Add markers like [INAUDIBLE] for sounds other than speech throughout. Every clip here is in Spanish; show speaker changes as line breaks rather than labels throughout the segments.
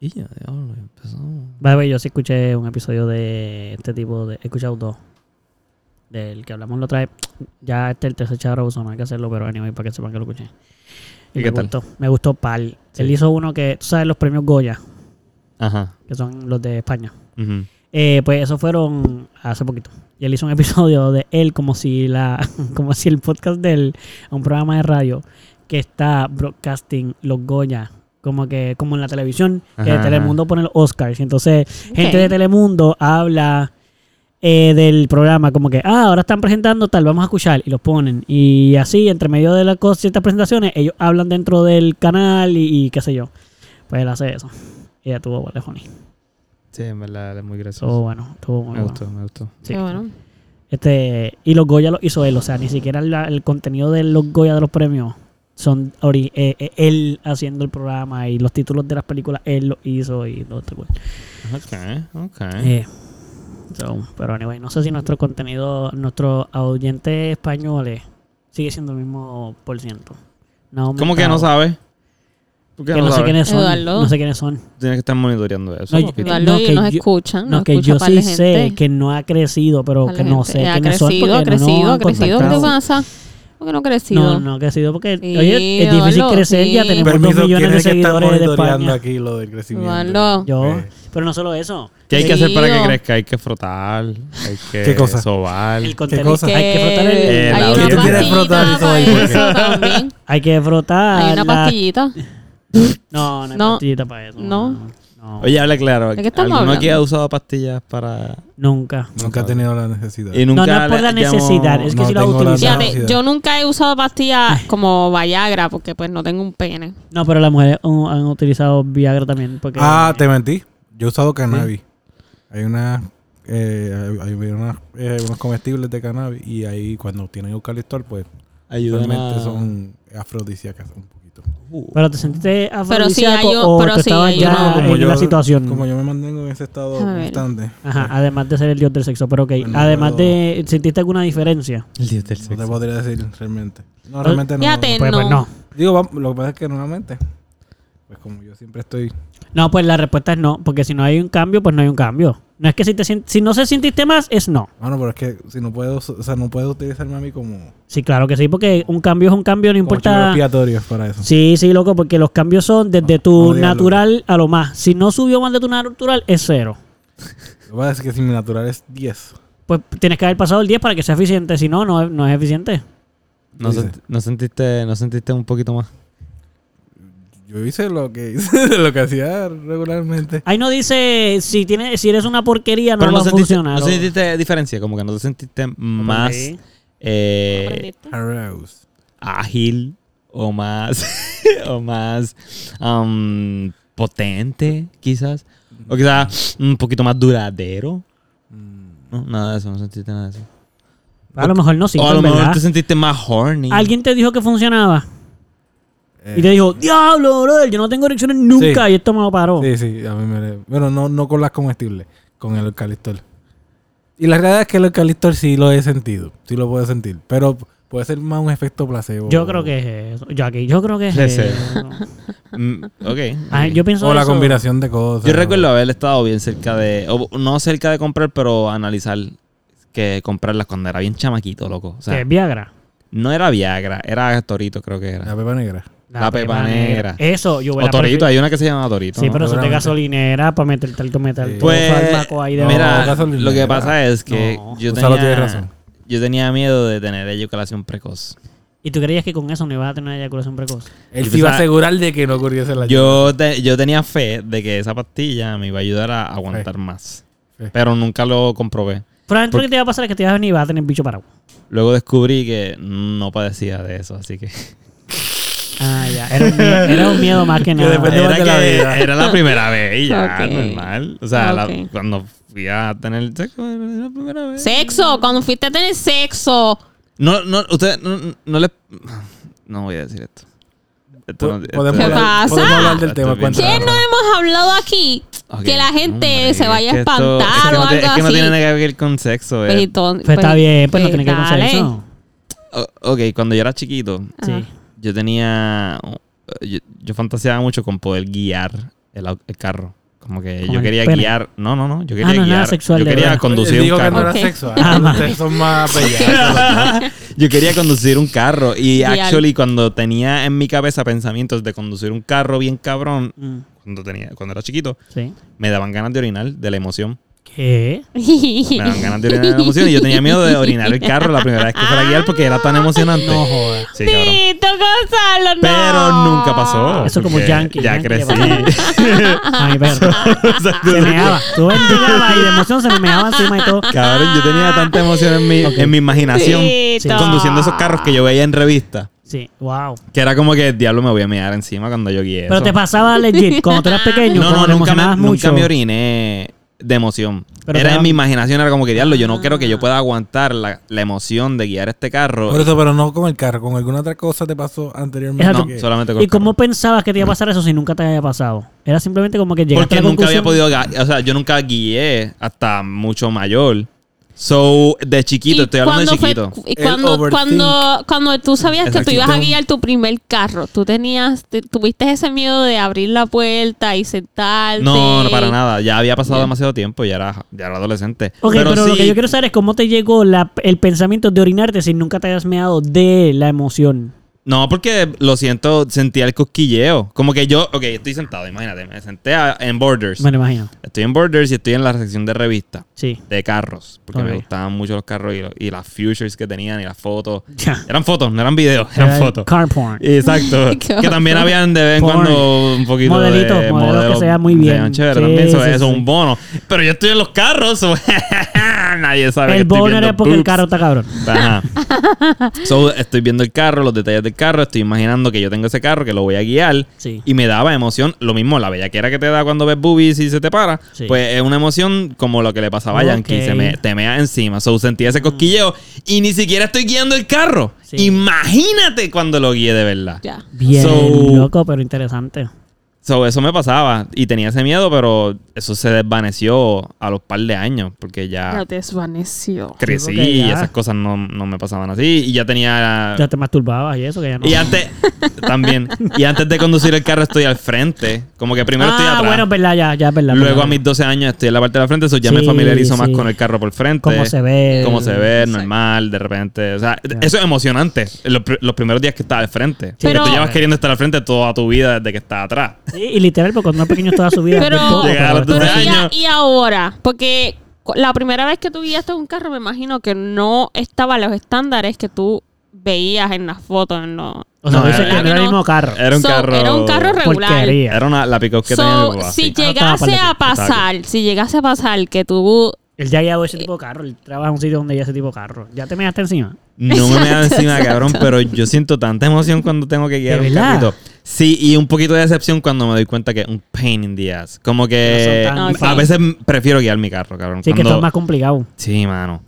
Y ya, diablo, empezamos.
By the way, yo sí escuché un episodio de este tipo de. He escuchado dos. Del que hablamos la otra vez. Ya este el tercer charro uso, no hay que hacerlo, pero anyway, para que sepan que lo escuché.
¿Y
me
qué tal?
gustó, me gustó pal.
Sí.
Él hizo uno que, tú sabes, los premios Goya,
Ajá.
que son los de España.
ujú.
Eh, pues esos fueron hace poquito. Y él hizo un episodio de él como si la, [LAUGHS] como si el podcast de él, un programa de radio que está broadcasting los Goya, como que, como en la televisión, que
Ajá,
Telemundo pone los Oscars. Y entonces, gente
Ok.
de Telemundo habla eh, del programa, como que, ah, ahora están presentando tal, vamos a escuchar, y los ponen. Y así, entre medio de las cosas, ciertas presentaciones, ellos hablan dentro del canal y, y qué sé yo. Pues él hace eso. Y ya tuvo vale, funny.
Sí, en verdad, es muy gracioso.
Estuvo bueno, estuvo Oh, muy
me
bueno.
gustó, me gustó.
Sí.
Qué bueno.
Este, y los Goya los hizo él, o sea, ni siquiera la- el contenido de los Goya de los premios son ori- eh, eh, él haciendo el programa y los títulos de las películas él los hizo y todo este cual.
Ok, ok.
Eh, so, pero anyway, no sé si nuestro contenido, nuestros oyentes españoles sigue siendo el mismo por ciento. No ha
¿Cómo que no
aumentado.
sabes? ¿Por qué
Que
no,
no, sé
sabes?
quiénes son.
Eduardo.
No sé quiénes son.
Tienes que estar monitoreando eso.
No, yo-
papito.
Eduardo,
no,
y
que
nos
yo-
escuchan.
No,
nos
que yo
Ah, escucha par
sí
de
sé
gente.
que no ha crecido, pero
Par de
que no
gente.
sé
Eh, ha
quiénes son.
crecido, ha
porque no
crecido,
han
ha crecido. ¿Qué
contactado.
pasa? ¿Por qué no ha crecido?
No, no, que ha sido porque
Sí,
oye, es difícil
Eduardo,
crecer, ya
sí.
tenemos
Permiso,
dos
¿quién
millones de
es que está
seguidores de
monitoreando
España.
aquí lo del crecimiento?
Eduardo.
Yo,
Eh.
pero no solo eso,
¿Qué hay que hacer para que
Tío.
crezca? Hay que frotar,
[LAUGHS]
hay que
¿Qué cosa?
sobar.
el contenido,
cosa?
hay que frotar el-
Eh, la
hay
audiencia.
una
Tienes que
pastillita
frotar
para
y todo.
eso también.
hay que frotar
Hay
la-
una pastillita.
No, no hay
No.
pastillita para eso.
No.
no.
Oye, habla claro.
¿De qué estamos
¿Alguno aquí
hablando?
ha usado pastillas para...?
nunca.
Nunca he tenido la necesidad.
Y
No,
nunca
no es por la
le llamó-
necesidad, es que
no
si la
tengo la
utilizas.
necesidad.
Fíjate, yo nunca he usado pastillas como Viagra porque pues no tengo un pene.
No, pero las mujeres uh, han utilizado Viagra también. Porque,
Ah, te mentí. Yo he usado cannabis. Hay una. eh, hay hay unas, eh, unos comestibles de cannabis y ahí cuando tienen eucaliptol pues
Ayudan
realmente
a...
son afrodisíacas un poquito
Pero te sentiste
sí hay
afrodisíaco
un-
o
pero
tú
sí
estabas
hay
ya
un-
Como
en
yo-
la situación.
como yo me mantengo en ese estado
A ver.
constante
Ajá, además de ser el dios del sexo, pero ok.
Bueno,
además
pero-
de, ¿sentiste alguna diferencia?
El dios del
no te
sexo.
podría decir realmente no realmente no
Fíjate.
Pues, pues
Eh, No.
no.
digo vam- lo que pasa es que normalmente pues como yo siempre estoy
No, pues la respuesta es no, porque si no hay un cambio, pues no hay un cambio. No es que si, te, sien- si no se sintiste más, es no.
bueno pero es que si no puedo o sea no puedo utilizarme a mí como
Sí, claro que sí, porque un cambio es un cambio, no
como chivo
importa.
expiatorio para eso
Sí, sí, loco, porque los cambios son desde
no
tu
digas loco.
natural a lo más. Si no subió más de tu natural, es cero.
lo que pasa es que si mi natural es 10
Pues tienes que haber pasado el 10 para que sea eficiente, si no, no es, no es eficiente.
No,
Dice.
sent- no sentiste, ¿No sentiste un poquito más?
yo hice lo que hice [LAUGHS] lo que hacía regularmente
Ahí no dice si tienes, si eres una porquería, no
Pero
va
no
a
sentiste,
funcionar.
no sentiste diferencia, como que no te sentiste más
Ok.
eh,
¿Aprendiste?
Arouse.
ágil o más [LAUGHS] o más am, potente, quizás. O quizás un poquito más duradero. No, nada de eso, no sentiste nada de eso.
A lo mejor no sí,
o a lo
¿verdad?
mejor te sentiste más horny.
Alguien te dijo que funcionaba y
Eh,
te dijo, diablo, brother, yo no tengo erecciones nunca y esto me lo paró.
Sí, sí, a mí me... Bueno, no, no con las comestibles, con el eucaliptol. Y la realidad es que el eucaliptol sí lo he sentido, sí lo puedo sentir, pero puede ser más un efecto placebo.
Yo creo que es eso, Jackie. Yo creo que es
Puede ser.
eso.
Mm, ok.
[LAUGHS] Ah, yo pienso
O la
eso.
combinación de cosas.
Yo recuerdo haber estado bien cerca de, o no cerca de comprar, pero analizar que comprarlas cuando era bien chamaquito, loco. O sea,
Que es Viagra.
no era Viagra, era Torito, creo que era.
La pepa negra.
La pepa negra.
Eso, yo voy
O
a
Torito, hay una que se llama Torito.
Sí,
¿no?
pero eso es de
Seguramente.
gasolinera para meter tanto metal.
Sí.
todo
Pues,
fármaco ahí de
No,
mira,
gasolinera.
lo que pasa es que
No.
yo,
Gonzalo
tenía,
tiene razón.
yo tenía miedo de tener eyaculación precoz.
¿Y tú creías que con eso no ibas a tener una eyaculación precoz?
Él
Yo
se iba a
pensaba-
asegurar de que no ocurriese la
Yo, te- yo tenía fe de que esa pastilla me iba a ayudar a aguantar más.
Sí.
Pero nunca lo comprobé.
Probablemente lo
Porque-
que te iba a pasar es que te ibas a venir y vas a tener bicho parado.
Luego descubrí que no padecía de eso, así que...
Ah, ya. Era un
[LAUGHS]
miedo, era un miedo más que
Que
nada.
depende-
era,
más de Pues la
que
vida.
era la primera vez y ya,
[LAUGHS] Ok.
normal. O sea, la-
Ok.
cuando fui a tener sexo, era la primera vez.
Sexo, cuando fuiste a tener sexo.
No, no, ustedes no, no les. No voy a decir esto. Esto no-
Po-
esto-
podemos,
¿Qué
hablar,
pasa?
podemos hablar del
Esto
tema.
es bien
cuéntame.
Claro.
¿Quién no hemos hablado aquí?
Ok,
Que la gente
hombre,
se vaya
es
a
que esto-
espantar
es que no
o
te-
algo
Es que no
así.
tiene nada que ver con sexo.
Pues,
eh.
entonces-
Pues está bien, pues no
pues,
tiene que ver con
dale.
eso.
O- ok, cuando yo era chiquito,
Sí.
Ajá.
yo tenía. Yo, yo fantaseaba mucho con poder guiar el, au- el carro. Como que
Como
yo
el
quería
pene.
guiar. No, no, no. Yo quería
Ah, no, nada
guiar.
sexual
yo
de
quería
verdad.
conducir
Él
un
dijo que no
carro.
era
Ok.
sexual.
Ah, vale.
Ustedes son más bellas.
[LAUGHS] Yo quería conducir un carro. Y
Y al-
actually, cuando tenía en mi cabeza pensamientos de conducir un carro bien cabrón, cuando tenía, cuando era chiquito,
Mm, Sí.
me daban ganas de orinar de la emoción.
¿Qué?
Me daban ganas de orinar
[LAUGHS]
de la emoción. Y yo tenía miedo de orinar el carro la primera vez que fuera a guiar porque era tan emocionante.
No jodas.
Sí, cabrón.
Tito Gonzalo, no.
Pero nunca pasó.
Eso como
porque
yankee,
Ya
yankee,
crecí. [LAUGHS]
Ay, perro. Se meaba. Tú mendigabas y de emoción se me meaba encima y todo.
Cabrón, yo tenía tanta emoción en mi, en mi imaginación
Tito.
conduciendo esos carros que yo veía en revista.
Sí, wow.
Que era como que, diablo, me voy a mirar encima cuando yo guíe
Pero
eso".
te pasaba legit cuando tú eras pequeño.
No,
cuando
no, nunca
te
me,
emocionabas
nunca
mucho.
me oriné de emoción.
Pero te
era
da-
en mi imaginación, era como que, diablo, yo no creo que yo pueda aguantar la, la emoción de guiar este carro.
Por eso, pero no con el carro, con alguna otra cosa te pasó anteriormente.
No,
Exacto.
que-
solamente con
¿Y
el carro.
cómo pensabas que te iba a pasar eso si nunca te había pasado? Era simplemente como que llegaste
Porque
a la
nunca había
conclusión-
podido, ga- o sea, yo nunca guié hasta mucho mayor. So, de chiquito,
Y
estoy hablando de
cuando
chiquito.
fue- y
El
cuando,
overthink.
cuando, cuando tú sabías que tú
Exacto.
ibas a guiar tu primer carro, tú tenías, te- tuviste ese miedo de abrir la puerta y sentarte.
No, no, para nada. Ya había pasado demasiado tiempo, ya era, ya era adolescente.
Ok, pero, lo
sí-
que yo quiero saber es cómo te llegó la- el pensamiento de orinarte si nunca te habías meado de la emoción.
No, porque lo siento, sentía el cosquilleo. Como que yo, ok, estoy sentado, imagínate, me senté a- en Borders.
Me lo imagino.
Estoy en Borders y estoy en la sección de revista
Sí. [LAUGHS]
de carros, porque me
Ok.
gustaban mucho los carros y, lo- y las futures que tenían y las fotos.
Ya.
Eran fotos, no eran videos, eran
Era el
fotos.
Car porn. [LAUGHS]
Exacto.
Qué
que también habían de vez en
Porn.
cuando un poquito
Modelitos,
de
modelos que se vean muy
de
bien.
eran chévere
Sí,
también, eso
sí,
eso es
sí.
un bono. Pero yo estoy en los carros. [LAUGHS] Nadie sabe que
El
estoy
bono
viendo
era porque el
boobs.
carro está cabrón. [LAUGHS]
Ajá. So, estoy viendo el carro, los detalles del carro, estoy imaginando que yo tengo ese carro, que lo voy a guiar.
Sí.
Y me daba emoción, lo mismo la bellaquera que te da cuando ves boobies y se te para.
Sí.
Pues es una emoción como lo que le pasaba a Yankee,
Ok. Mm.
se me, te mea encima. So, sentí ese cosquilleo y ni siquiera estoy guiando el carro.
Sí.
Imagínate cuando lo guíe de verdad.
Ya.
Bien
So-
loco, pero interesante.
So, eso me pasaba y tenía ese miedo, pero eso se desvaneció a los par de años porque ya
Lo desvaneció.
crecí
porque
y
ya-
esas cosas no, no me pasaban así. Y ya tenía
Ya te masturbabas y eso que ya no.
Y antes, también, y antes de conducir el carro estoy al frente. Como que primero estoy
ah,
atrás.
bueno, es verdad, ya, ya es verdad.
Luego
verdad.
a mis 12 años estoy en la parte de la frente, eso ya me
Sí,
familiarizo más
sí.
con el carro por frente.
Cómo se ve.
Cómo se ve,
Exacto.
normal, de repente. O sea,
Ya.
eso es emocionante. Los, pr- los primeros días que estás al frente. Porque
Pero-
tú llevas queriendo estar al frente toda tu vida desde que estás atrás.
Sí, y literal, porque cuando uno es pequeño toda su vida.
Pero-
es poco,
Llegar a los
pero-
Pero
Durante
y, a-
años.
y ahora, porque cu- la primera vez que tú guiaste un carro, me imagino que no estaba a los estándares que tú veías en las fotos. En los-
O
No,
sea,
Eh.
tú dices
era-
que no era el mismo carro.
Era un
So,
carro.
Era un carro regular.
Porquería.
Era una, la pick-up que tenía mi
So,
papá,
si
sí.
llegase
Ah,
a
estaba
pasar, si llegase a pasar que tú
Él ya llevaba ese tipo de carro. Él trabaja en un sitio donde ya ese tipo de carro. Ya te measte encima.
No me da encima, cabrón, pero yo siento tanta emoción cuando tengo que guiar
¿De
un
verdad?
carrito. Sí, y un poquito de decepción cuando me doy cuenta que es un pain in the ass. Como que
No
son
a
tan fun.
veces prefiero guiar mi carro, cabrón.
Ah, Sí, que
Cuando-
esto es más complicado.
Sí, mano.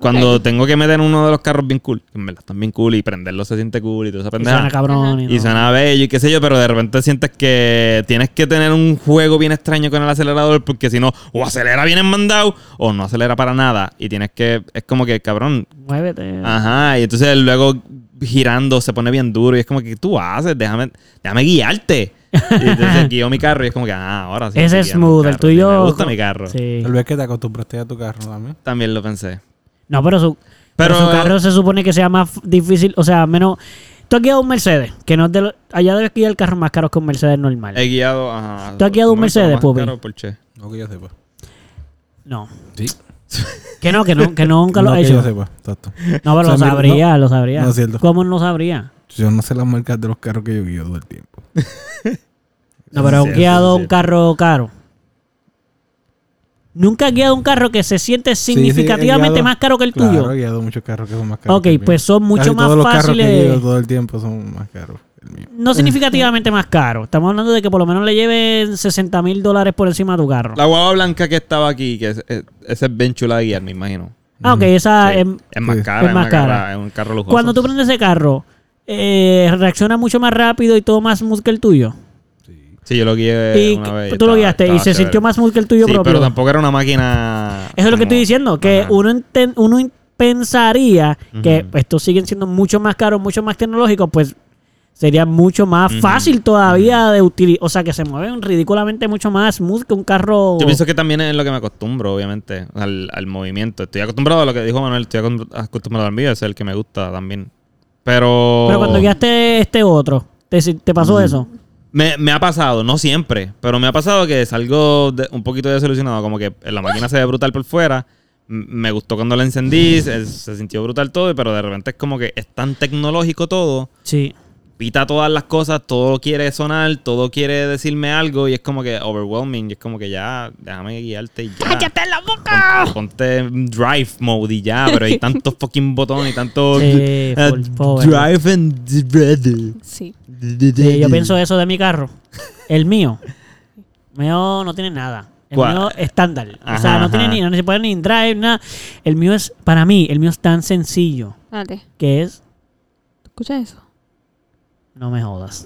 Cuando tengo que meter uno de los carros bien cool, que en verdad están bien cool y prenderlo se siente cool y toda esa
Y suena
pendeja.
cabrón.
Pues Y
no.
suena bello y qué sé yo, pero de repente sientes que tienes que tener un juego bien extraño con el acelerador porque si no, o acelera bien en mandado o no acelera para nada. Y tienes que, es como que, cabrón,
Muévete.
Ajá, y entonces luego girando se pone bien duro y es como que tú haces, déjame, déjame guiarte. Y entonces guío mi carro y es como que, ah, ahora sí. estoy
Ese es
guiando
smooth,
un
el
carro, sí,
tuyo.
Me gusta mi carro.
Sí.
Tal vez que te acostumbraste a tu carro también.
También lo pensé.
No, pero su, pero,
Pero-
su carro se supone que sea más difícil. O sea, menos. Tú has guiado un Mercedes, que no es de los. Allá debes guiar carros más caros que un Mercedes normal.
He guiado, ajá.
¿Tú has guiado un Mercedes, Pupi?
Pupi? Porsche.
No que yo sepa.
No.
Sí.
Que no, que
[LAUGHS]
no, que nunca lo
no
ha
que yo
hecho.
sepa, exacto.
No, pero
O sea,
lo
mi-
sabría, lo sabría.
No es cierto.
¿Cómo no sabría?
Yo no sé las marcas de los carros que yo guío todo el tiempo.
[LAUGHS] No, pero
Sí,
he
sí,
guiado
sí.
un carro caro. Nunca he guiado un carro que se siente
Sí, sí, he
significativamente
guiado-
más caro que el
claro,
tuyo.
he guiado muchos carros que son más caros.
Ok,
que el mío.
pues son mucho
Casi
más
todos los carros que
fáciles.
guío todo el tiempo son más caros que el mío.
No significativamente más caro. Estamos hablando de que por lo menos le lleven 60 mil dólares por encima de tu carro.
La guava blanca que estaba aquí, que es- es- esa es bien chula de guiar, me imagino.
Ah, ok, esa.
Sí.
em,
es más
sí.
cara,
Es
es
más
más cara.
cara.
Es un carro lujoso.
cuando tú prendes ese carro, eh, reacciona mucho más rápido y todo más smooth que el tuyo.
Sí, yo lo guié
Y
Eh, una vez.
tú
estaba-
lo guiaste y
estaba
se
chévere.
sintió más smooth que el tuyo
Sí,
propio.
pero tampoco era una máquina...
Eso es lo que
como-
estoy diciendo, que
Ajá.
uno, enten- uno in- pensaría que
Ujú.
estos siguen siendo mucho más caros, mucho más tecnológicos, pues sería mucho más fácil todavía de utilizar. O sea, que se mueven ridículamente mucho más smooth que un carro.
Yo pienso que también es lo que me acostumbro, obviamente, al, al movimiento. Estoy acostumbrado a lo que dijo Manuel, estoy acom- acostumbrado al mío, ese es el que me gusta también. Pero.
Pero cuando guiaste este otro, ¿te, te pasó eso?
Me, me ha pasado, no siempre, pero me ha pasado que salgo de- un poquito desilusionado. Como que la máquina se ve brutal por fuera. M- Me gustó cuando la encendí, se, se sintió brutal todo, pero de repente es como que es tan tecnológico todo.
Sí.
Pita todas las cosas, todo quiere sonar, todo quiere decirme algo y es como que overwhelming. Y es como que ya, déjame guiarte y ya.
¡Cállate la
¡Ah!
boca!
Ponte en drive mode y ya, pero hay
[LAUGHS]
tantos fucking botones y tantos.
Sí,
eh,
full power.
drive and ready.
Sí.
Sí, Eh, yo pienso eso de mi carro. El mío. El mío no tiene nada. El
¿Cuál?
mío estándar. o sea,
Ajá,
no tiene
ajá.
ni, no se puede ni drive, nada. El mío es, para mí, el mío es tan sencillo
Dale.
que es,
¿Tú escuchas eso?
no me jodas.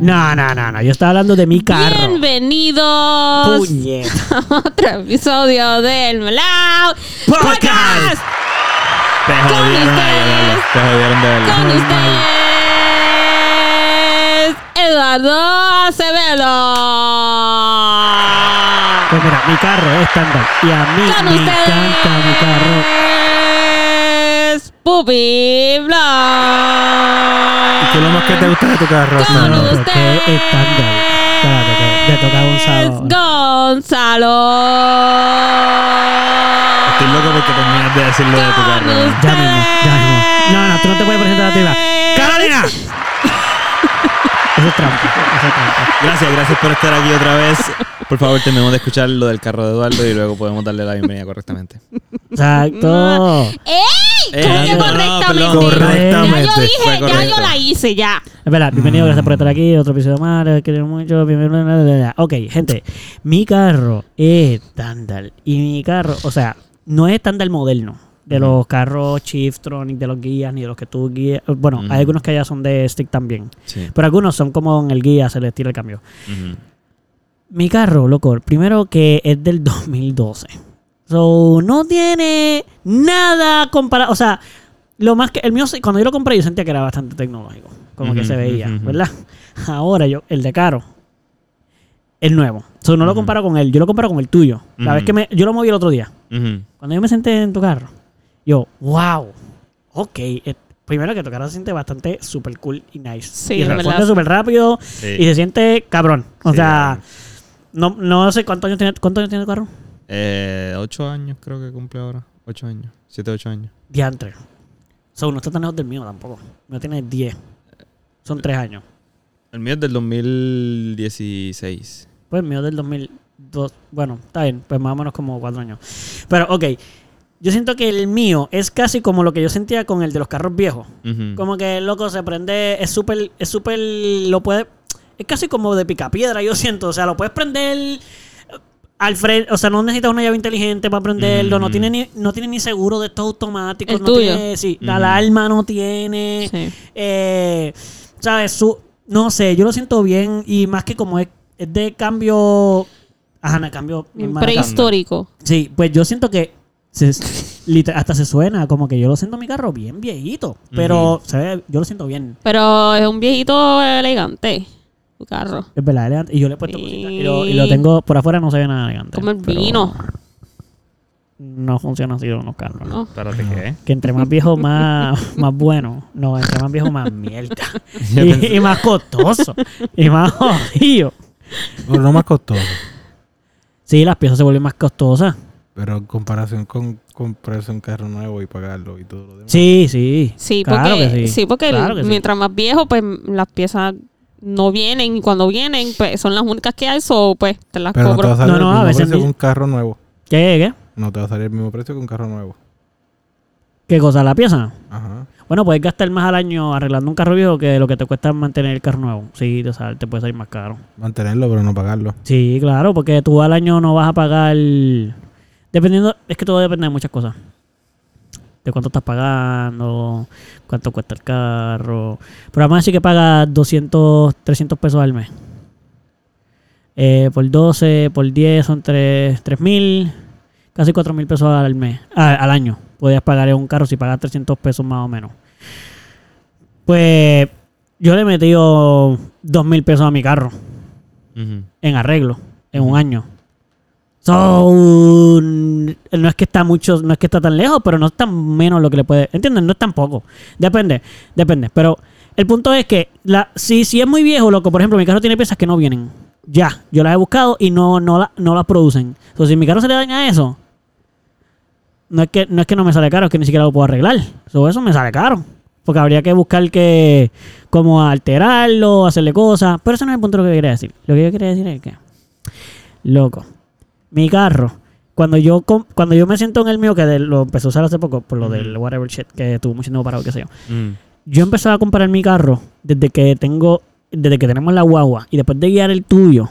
No, no, no, no. Yo estaba hablando de mi carro.
Bienvenidos
Puñeta.
a otro episodio del Melao
Podcast. Te jodieron ahí, Eduardo. Te jodieron de
Con
verdad.
ustedes, Eduardo Acevedo.
Pues mira, mi carro es estándar. Y a mí
Con
me encanta mi carro.
ustedes, Pupi Blog.
¿Qué es lo más que te gusta de tu carro?
Con
Osmar?
No, no,
ustedes.
que es estándar. Espérate, que le toca a Gonzalo.
Gonzalo.
Estoy loco porque terminas de decir lo de tu
Con
carro.
Ya mismo, ya mismo. No, no, tú no te puedes presentar a ti. va. ¡Carolina! [LAUGHS] Eso es trampa. Eso es trampa.
Gracias, gracias por estar aquí otra vez. Por favor, terminemos de escuchar lo del carro de Eduardo y luego podemos darle la bienvenida correctamente.
Exacto.
¡Ey!
Eh,
¿Cómo
no,
que
no,
correctamente?
perdón.
Correctamente.
Ya yo
Fue
dije, ya
correcto.
yo la hice, ya.
Espera, bienvenido, gracias por estar aquí. Otro episodio más, les quiero mucho. Bienvenido. bla, bla, bla. Ok, gente, mi carro es estándar. Y mi carro, o sea, no es estándar moderno. De los carros Shiftronic, de los guías, ni de los que tú guías. Bueno,
Ujú.
hay algunos que ya son de stick también.
Sí.
Pero algunos son como en el guía, se les tira el cambio. Mi carro, loco, el primero que es del 2012. So, no tiene nada comparado. O sea, lo más que. El mío, se- cuando yo lo compré, yo sentía que era bastante tecnológico. Como que
Ujú,
se veía,
ujú, ujú.
¿verdad? Ahora yo, el de caro. El nuevo. So, no lo
Ujú.
comparo con él, yo lo comparo con el tuyo. La vez
Ujú.
que me. Yo lo moví el otro día.
Ujú.
Cuando yo me senté en tu carro, yo, wow, ok. eh, Primero que tu carro se siente bastante super cool y nice.
Sí,
y
de
responde
verdad.
súper rápido
Sí.
y se siente cabrón. O
Sí,
sea, no, no sé cuántos años tiene, cuántos años tiene tu carro.
Eh, ocho años creo que cumple ahora. Ocho años. Siete, ocho años.
Diantre. O sea, no está tan lejos del mío tampoco. No tiene 10. Son 3 años.
El mío es del 2016.
Pues el mío es del 2002. Bueno, está bien, pues más o menos como 4 años. Pero, ok. Yo siento que el mío es casi como lo que yo sentía con el de los carros viejos.
Ujú.
Como que loco se prende, es súper, es súper, lo puede, es casi como de picapiedra, yo siento, o sea, lo puedes prender al frente, o sea, no necesitas una llave inteligente para prenderlo, no
Ujú.
tiene ni, no tiene ni seguro de estos automáticos,
El
no
tuyo.
tiene, sí,
Ujú.
la alarma no tiene,
Sí.
eh, sabes, su, no sé, yo lo siento bien y más que como es, es de cambio, ajá, no, cambio normal.
Prehistórico.
Sí, pues yo siento que se- liter- hasta se suena como que yo lo siento en mi carro bien viejito, pero se ve- yo lo siento bien.
Pero es un viejito elegante. Tu carro.
Es verdad, elegante. Y yo le he puesto
Sí.
cositas. Y lo, y lo tengo por afuera, no se ve nada elegante.
Como el
pero
vino.
No funciona así con los carros.
No.
Espérate, ¿qué?
Que entre más viejo, más, [LAUGHS] más bueno. No, entre más viejo, más
[LAUGHS]
mierda.
Yo
y, y más costoso. Y más jodido.
Bueno, no más costoso.
Sí, las piezas se vuelven más costosas.
Pero en comparación con comprarse un carro nuevo y pagarlo y todo lo demás.
Sí, sí.
Sí,
Claro
porque,
que
sí. porque
Claro que sí.
mientras más viejo, pues las piezas no vienen. Y cuando vienen, pues son las únicas que hay. So, pues te las
Pero no te
cobro.
va a salir
No, no,
el
a
mismo
veces
precio
ni-
que un carro nuevo.
¿Qué, qué?
No te va a salir el mismo precio que un carro nuevo.
¿Qué cosa? ¿La pieza?
Ajá.
Bueno, puedes gastar más al año arreglando un carro viejo que lo que te cuesta mantener el carro nuevo. Sí, te, sale, te puede salir más caro.
Mantenerlo, pero no pagarlo.
Sí, claro, porque tú al año no vas a pagar. Dependiendo, es que todo depende de muchas cosas. de cuánto estás pagando, cuánto cuesta el carro. Pero además sí que paga 200, 300 pesos al mes. Eh, por 12, por 10 son 3 mil, casi 4 mil pesos al mes, ah, al año. Podías pagar en un carro si pagas 300 pesos más o menos. Pues yo le he metido 2 mil pesos a mi carro
Ujú.
en arreglo en un año. So, n- no es que está mucho, no es que está tan lejos, pero no es tan menos lo que le puede. ¿Entienden? No es tan poco. Depende, depende. Pero el punto es que la, si, si es muy viejo, loco, por ejemplo, mi carro tiene piezas que no vienen. Ya, yo las he buscado y no, no, la- no las producen. So, si mi carro se le daña eso, no es que no, es que no me sale caro, es que ni siquiera lo puedo arreglar. So, eso me sale caro. Porque habría que buscar que como alterarlo, hacerle cosas. Pero eso no es el punto de lo que quería decir. Lo que yo quería decir es que, loco, mi carro, cuando yo com- cuando yo me siento en el mío, que de- lo empecé a usar hace poco, por lo del whatever shit que estuvo mucho tiempo parado, qué sé yo.
Mm.
Yo empezaba a comparar mi carro desde que tengo, desde que tenemos la guagua. Y después de guiar el tuyo,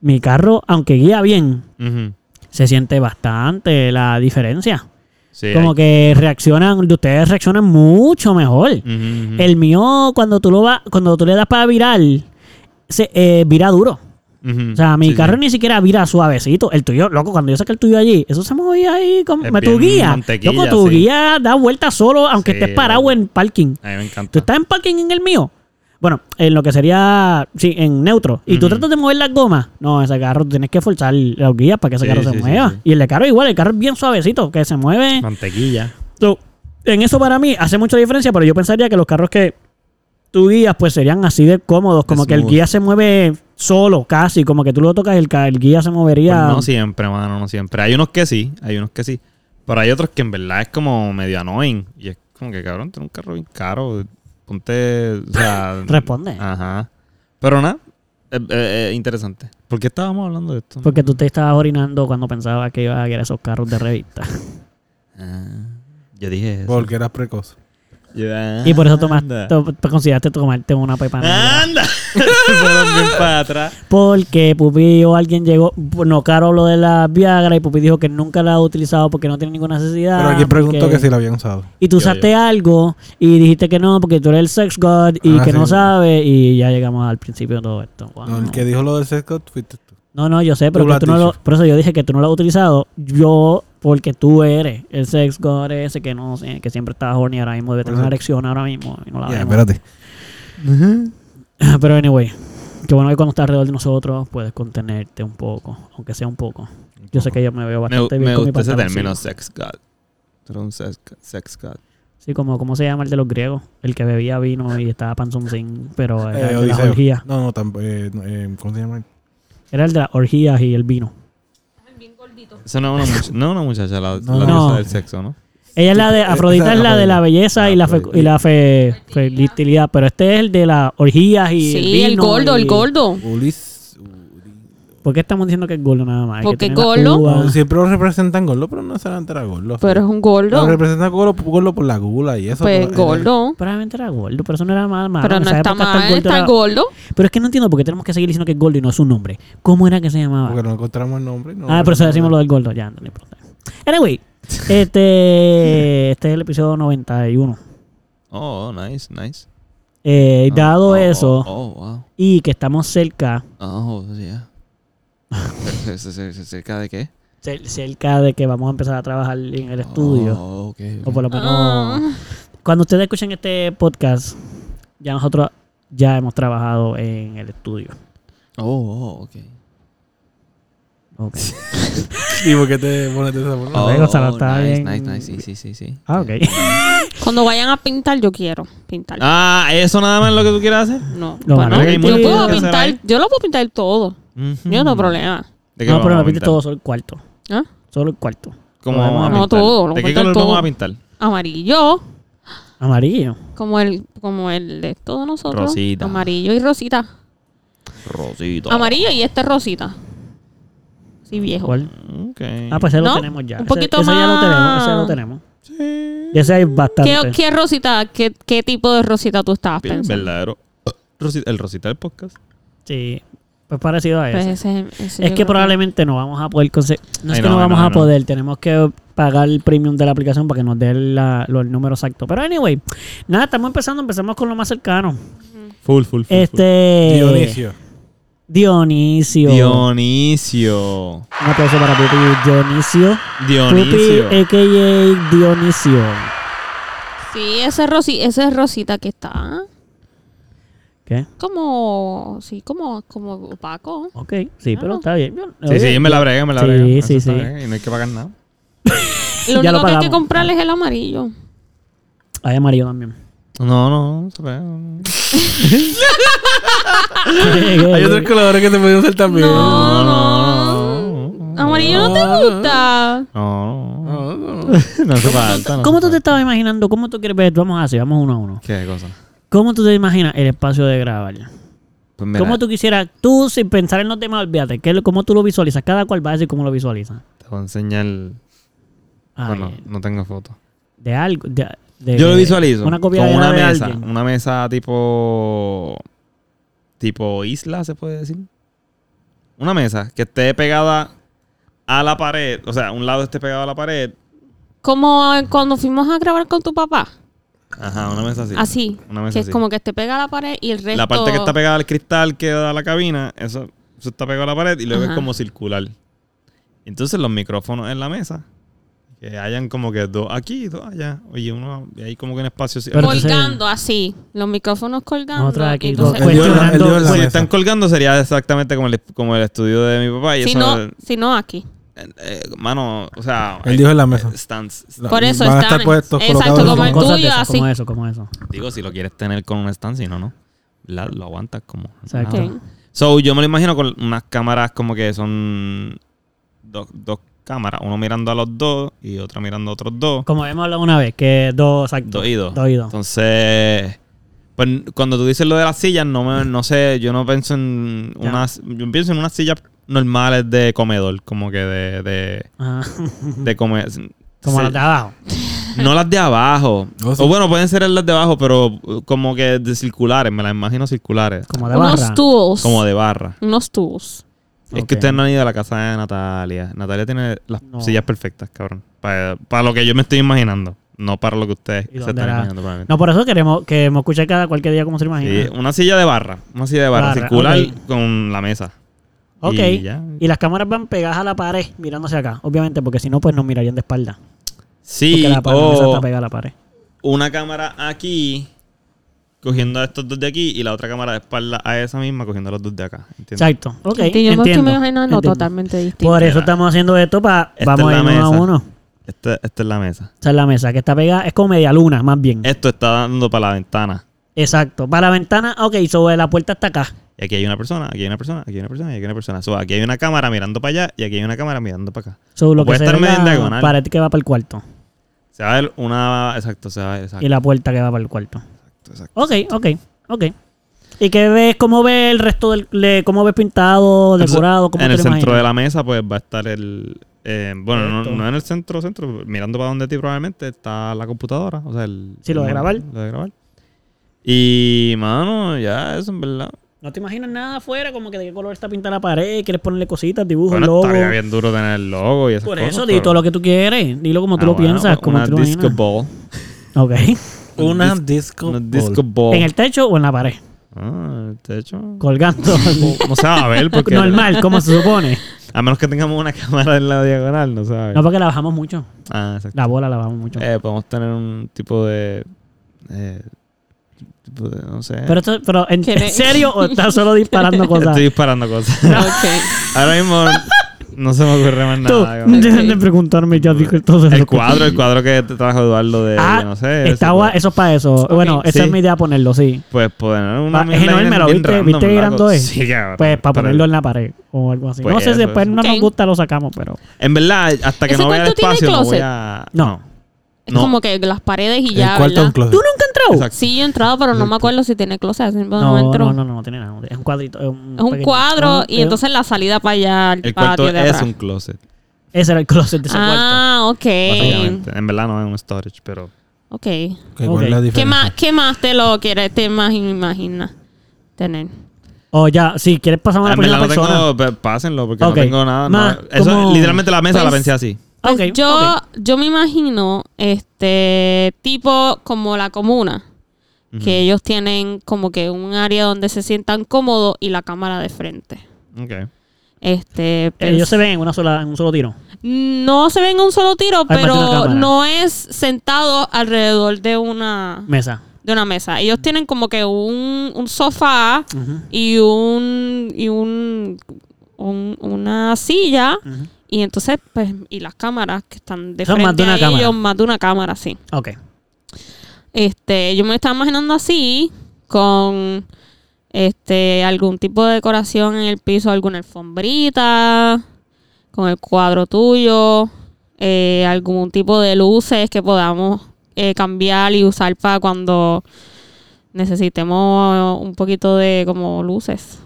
mi carro, aunque guía bien,
Ujú.
se siente bastante la diferencia.
Sí,
Como
hay-
que reaccionan, de ustedes reaccionan mucho mejor.
Ujú, ujú.
El mío, cuando tú lo va, cuando tú le das para virar, se eh, vira duro.
Ujú.
O sea, mi
Sí,
carro
sí.
ni siquiera vira suavecito. El tuyo, loco, cuando yo saqué el tuyo allí, eso se movía ahí como
Es
me- tu
bien
guía.
mantequilla,
Loco, tu
sí.
guía da vueltas solo, aunque
Sí,
estés parado
loco.
en parking.
A mí me encanta.
Tú estás en parking en el mío. Bueno, en lo que sería, sí, en neutro. Y tú
Ujú.
tratas de mover las gomas. No, ese carro tú tienes que forzar las guías para que ese
Sí,
carro se
sí, sí,
mueva.
sí.
Y el de carro igual, el carro es bien suavecito, que se mueve.
Mantequilla.
So, en eso para mí hace mucha diferencia, pero yo pensaría que los carros que tú guías pues serían así de cómodos, como que el
Smooth.
guía se mueve solo casi, como que tú lo tocas y el, ca- el guía se movería.
Pues no siempre, mano, no siempre. Hay unos que sí, hay unos que sí. Pero hay otros que en verdad es como medio annoying. Y es como que, cabrón, tener un carro bien caro. Ponte. O sea,
[LAUGHS] Responde.
Ajá. Pero nada, eh, eh, eh, interesante. ¿Por qué estábamos hablando de esto?
Porque tú te estabas orinando cuando pensabas que iba a guiar esos carros
[LAUGHS]
de revista.
Ah, yo dije eso.
Porque eras precoz.
Yo-
y por eso tomaste,
Anda. Ah.
to- te consideraste tomarte una pepa. negra. [LAUGHS]
¡Anda! Se fueron bien para atrás.
Porque Pupi o alguien llegó, no, Caro habló de la Viagra y Pupi dijo que nunca la ha utilizado porque no tiene ninguna necesidad.
Pero aquí preguntó
porque-
que si la habían usado.
Y tú
Yo,
usaste algo y dijiste que no porque tú eres el sex god y
Ah,
que
sí.
no sabes y ya llegamos al principio de todo esto. Wow.
No, el que dijo lo del sexo fuiste tú.
No, no, yo sé, pero
Tú
que
lo
tú
has
no lo,
dicho.
por eso yo dije que tú no lo has utilizado. Yo, porque tú eres el sex god ese que no sé, que siempre estaba horny ahora mismo, debe tener una
Exacto.
erección ahora mismo y no la
Ya,
vemos.
espérate.
[LAUGHS] Pero anyway, qué bueno que cuando estás alrededor de nosotros puedes contenerte un poco, aunque sea un poco. Yo sé que yo me veo
Me,
bastante bien
me
con mi
gusta ese
pantaloncillo.
término, sex god. Tú eres un sex, sex god.
Sí, como ¿cómo se llama el de los griegos, el que bebía vino y estaba panzonzín, pero era
Eh,
el de las
Odiseo.
orgías.
No, no, tampoco. eh, no, eh, ¿Cómo se llama?
Era el de las orgías y el vino.
Bien gordito.
Eso no es una, much- no es una muchacha, la,
No,
la
no.
diosa
No.
del sexo, ¿no?
Ella es la de
Eh,
Afrodita
esa
es la de la
Afrodita.
belleza y la fe-
Afrodita.
y la fe- fertilidad, pero este es el de las orgías y
Sí,
el
el,
vino.
gordo,
y-
el gordo.
Ulis.
¿Por qué estamos diciendo que es gordo nada más? Hay que
Porque
tener la
gordo.
uva.
No, siempre lo representan gordo, pero no solamente era gordo.
Pero es un
lo
gordo.
representan gordo, gordo por la gula y eso.
Pues
pero-
gordo.
Probablemente era gordo, pero eso no era mal, malo.
Pero
En
no
esa
está
época estar
mal, está
era-
gordo.
Pero es que no entiendo por qué tenemos que seguir diciendo que es gordo y no es su nombre. ¿Cómo era que se llamaba?
Porque no encontramos el nombre. no
ah, pero eso
recordamos.
decimos lo del gordo, ya, no importa. Anyway, este, este es el episodio 91.
Oh, oh, nice, nice.
Eh,
Oh,
dado
oh,
eso
Oh, oh, wow.
y que estamos cerca
Oh,
[LAUGHS]
yeah. ¿Se- se- se- se- ¿Cerca de qué?
cer- cerca de que vamos a empezar a trabajar en el estudio.
Oh, ok, ok.
O por lo menos.
Ah.
Cuando ustedes escuchen este podcast, ya nosotros ya hemos trabajado en el estudio.
Oh, oh, ok.
Ok.
[LAUGHS] ¿Y por qué te pones esa forma?
Oh. o sea, no está
nice,
bien.
nice, nice. Sí, sí, sí, sí.
Ah, ok.
Cuando vayan a pintar, yo quiero pintar.
Ah, ¿eso nada más es lo que tú quieras hacer?
No.
Lo
Bueno,
van a
yo
pintar.
puedo
¿Qué será
pintar,
ahí?
yo lo puedo pintar todo.
Ujú.
Yo no
Mm.
tengo problema.
¿De qué
No,
lo vamos
pero
a
lo pinté
pintar?
todo, solo el cuarto.
¿Ah?
Solo el cuarto.
¿Cómo
Lo
vamos a
vamos
pintar?
a- No, todo, lo
¿De
voy
qué
a pintar
color
todo.
vamos a pintar?
Amarillo,
Amarillo.
como el, como el de todos nosotros.
Rosita.
Amarillo y rosita.
Rosito.
Amarillo y este es rosita. Sí, viejo.
¿Cuál?
Ok.
Ah, pues ese lo
No,
tenemos ya.
un
Ese-
poquito
ese, ya lo
más.
tenemos, ese ya lo tenemos.
Sí.
Y ese hay bastante.
¿Qué, qué rosita, qué, qué tipo de rosita tú estabas
Bien,
pensando?
verdadero. Rosi- el Rosita del podcast.
Sí. Pues parecido a eso.
Pues ese- ese yo
es
creo
que probablemente no vamos a poder conseguir. No es
Ay,
que no,
no,
vamos
no,
a
no.
poder. Tenemos que pagar el premium de la aplicación para que nos dé la- lo- el número exacto. Pero anyway, nada, estamos empezando. Empezamos con lo más cercano.
Full, full, full. full.
Este.
Dionisio.
Dionisio.
Dionisio.
Un aplauso para Pupi Dionisio.
Dionisio.
Pupi, eh, a.k.a. Dionisio.
Sí, ese, Rosi, ese es Rosita que está
¿Qué?
como, sí, como, como opaco.
Ok, sí, pero
Ah.
está bien. Yo-
Sí, sí, me la bregué, me la
eh, Sí,
bregué. Eso
sí,
está
sí.
bien, Y no hay que pagar nada.
Lo
Ya
único
lo
que hay que
pagamos.
comprar es el amarillo.
Ay, amarillo también.
No, no. se ve. [LAUGHS]
[LAUGHS]
Hay otros colores que te pueden usar también.
No,
no,
no. Amarillo no te gusta.
No, no.
No, no, no.
[LAUGHS] No hace falta. no
¿Cómo
hace
tú
falta.
te estabas imaginando? ¿Cómo tú quieres ver? Vamos así, vamos uno a uno.
¿Qué cosa?
¿Cómo tú te imaginas el espacio de grabar?
Pues mira,
¿Cómo tú quisieras, tú sin pensar en los demás, olvídate, ¿qué, lo- ¿cómo tú lo visualizas? Cada cual va a decir cómo lo visualiza.
te voy a enseñar.
Ay,
Bueno, no tengo foto.
De algo. de- de-
Yo lo visualizo.
Eh, Una copia
con
de
una
de
mesa.
alguien.
Una mesa tipo. Tipo isla, se puede decir. Una mesa que esté pegada a la pared. O sea, un lado esté pegado a la pared.
Como cuando fuimos a grabar con tu papá.
Ajá, una mesa así.
Así.
Una mesa
que es
así.
como que esté pega a la pared y el resto.
La parte que está pegada al cristal que da a la cabina, eso, eso está pegado a la pared y luego
Ajá.
es como circular. Entonces los micrófonos en la mesa, que hayan como que dos aquí y dos allá. Oye, uno, y ahí como que un espacio así.
Pero- entonces-
colgando así. Los micrófonos colgando.
Nosotros aquí
y
dos
entonces- pues,
El dios en la-
el dios en
cuestionando.
la
si
mesa.
están colgando sería exactamente como el, e-, como el estudio de mi papá. Y
si
eso,
no, si no aquí.
eh, eh, mano, o sea, eh,
Él dijo en la mesa.
stands.
Por eso
Van a
están-
estar puestos
exacto,
colocados en-
como el
cosas de
tuyo,
esas, como
así.
eso, como eso.
Digo, si lo quieres tener con un stand, si no, no. La- lo aguantas como.
Exacto.
nada.
Ok.
So, yo me lo imagino con unas cámaras como que son dos, dos cámaras, uno mirando a los dos y otra mirando a otros dos.
Como hemos hablado una vez, que dos exacto.
Dos y dos.
Dos y dos.
Entonces, pues cuando tú dices lo de las sillas, no me, no sé, yo no pienso en
Ya.
unas, yo pienso en unas sillas normales de comedor, como que de, de,
Ajá. [LAUGHS]
de comer.
Como
Sí.
las de abajo.
No las de abajo.
No, sí.
O bueno, pueden ser las de abajo, pero uh, como que de circulares, me las imagino circulares.
Como de barra.
Unos tubos.
Como de barra.
Unos tubos.
Es
Ok.
que ustedes no han ido a la casa de Natalia. Natalia tiene las
No.
sillas perfectas, cabrón. Para, para lo que yo me estoy imaginando. No para lo que ustedes
¿Y
se
dónde
están
era?
imaginando probablemente.
No, por eso queremos que me escuche cada cualquier día como se
Sí,
imagina.
una silla de barra. Una silla de barra,
Barra,
circular
ok.
con la mesa.
Ok.
Y ya.
Y las cámaras van pegadas a la pared, mirándose acá, obviamente, porque si no, pues nos mirarían de espalda.
Sí, oh,
porque la pared
o
esa está pegada a la pared.
una cámara aquí cogiendo a estos dos de aquí y la otra cámara de espalda a esa misma cogiendo a los dos de acá. ¿entiendes?
Exacto. Ok.
Y yo me estoy
entiendo,
imaginando
entiendo.
totalmente distinto.
Por eso estamos haciendo esto para.
Esta
vamos
es
a ir
la
uno a
mesa.
uno.
Esta, Este, esta es la mesa.
Esta es la mesa que está pegada. Es como media luna, más bien.
Esto está dando para la ventana.
Exacto. Para la ventana, ok, sobre la puerta está acá.
Y aquí hay una persona, aquí hay una persona, aquí hay una persona, y aquí hay una persona. So, aquí hay una cámara mirando para allá y aquí hay una cámara mirando para acá.
Sobre lo
Puede
que se
estar
ve
medio en
la
diagonal.
pared que va para el cuarto.
Se va a ver una... Exacto, se va a ver... Exacto,
Y la puerta que va para el cuarto.
exacto.
Ok, ok, ok. ¿Y qué ves? ¿Cómo ves el resto del. le- ¿Cómo ves pintado,
Entonces,
decorado? ¿Cómo
en
te
el
lo
centro
imaginas?
de la mesa pues va a estar el... eh, bueno, no,
Esto.
no en el centro, centro, mirando para donde ti probablemente está la computadora, o sea, el...
Sí, lo de
el-
grabar.
Lo de grabar. Y, mano, ya, eso en verdad.
¿No te imaginas nada afuera? Como que de qué color está pintada la pared, quieres ponerle cositas, dibujos,
Bueno,
logos.
estaría bien duro tener el logo y esas
Por
cosas,
eso, di
pero-
todo lo que tú quieres. Dilo como tú
Ah,
lo
bueno,
piensas, como
una
tú lo
disco
imaginas.
ball.
Ok.
Una disco.
Una
ball.
disco ball.
¿En el techo o en la pared?
Ah, el techo. [LAUGHS]
Colgando.
No se va a
[LAUGHS]
ver porque...
Normal, como se supone.
A menos que tengamos una [LAUGHS] cámara en la diagonal, no sabes.
No, porque la bajamos mucho.
Ah, exacto.
La bola la bajamos mucho.
Eh, podemos tener un tipo de. eh, tipo de- no sé.
Pero, esto, pero ¿en,
¿Qué
en
ve?
serio o estás solo
[LAUGHS]
disparando cosas?
Estoy disparando cosas.
Ok.
[LAUGHS] Ahora mismo no se me ocurre más
Tú, [LAUGHS]
nada. cabrón.
dejen de preguntarme, ya dijo todo [LAUGHS]
el
eso.
cuadro, el cuadro que te trajo Eduardo de,
Ah,
de no sé. ese,
Está gua-
pues,
eso es para eso. Bueno, esa
Sí.
es mi idea ponerlo, sí.
Pues poner una
Ah, es
mierda
enorme,
bien-
¿lo
bien
viste?
random,
¿Viste qué
¿verdad?
grande es?
Sí, cabrón.
Pues para
Pero-
ponerlo en la pared o algo así.
Pues
no sé
eso,
si después
eso.
no nos
Ok.
gusta, lo sacamos, pero.
En verdad, hasta que
¿Ese
no vea el
cuarto tiene
espacio, no voy
closet?
a.
No.
Es
No.
como que las paredes y
El
ya.
cuarto es un
¿verdad?
closet.
¿Tú nunca has entrado?
Exacto.
Sí, yo he entrado, pero no me acuerdo si tiene closet. así que No,
No, no,
entro.
no, no, no tiene nada. Es un cuadrito. Es un,
Es un
pequeño-
cuadro
Ah,
y
eh,
entonces la salida para allá al
El cuarto
patio de
es
atrás.
un closet,
Ese era el closet de ese
Ah, ok.
básicamente. En verdad no es un storage, pero.
Ok.
Ok, ¿cuál es la
Ok.
¿Qué
diferencia?
más, ¿Qué más te lo quieres, te más imaginas tener?
O Oh, ya, si quieres pasar una
En
primera
verdad no
persona.
tengo, pe- pásenlo porque
Ok.
no tengo nada. no.
Ma,
Eso,
¿cómo-
literalmente la mesa la
Pues-
pensé así.
Pues
Ok,
yo, yo me imagino, este, tipo como la comuna, que ellos tienen como que un área donde se sientan cómodos y la cámara de frente.
Ok.
Este,
Eh, Ellos
pens-
se ven en, una sola, en un solo tiro.
no se ven a un solo tiro,
más de una
pero
cámara.
no es sentado alrededor de una,
Mesa.
de una mesa. Ellos tienen como que un, un sofá
Ujú.
y un y un, un- una silla y entonces pues y las cámaras que están de
Son
frente
más de una
a
cámara.
ellos, más de una cámara, sí.
Ok.
Este, yo me lo estaba imaginando así con este algún tipo de decoración en el piso, alguna alfombrita, con el cuadro tuyo, eh, algún tipo de luces que podamos eh, cambiar y usar para cuando necesitemos un poquito de como luces.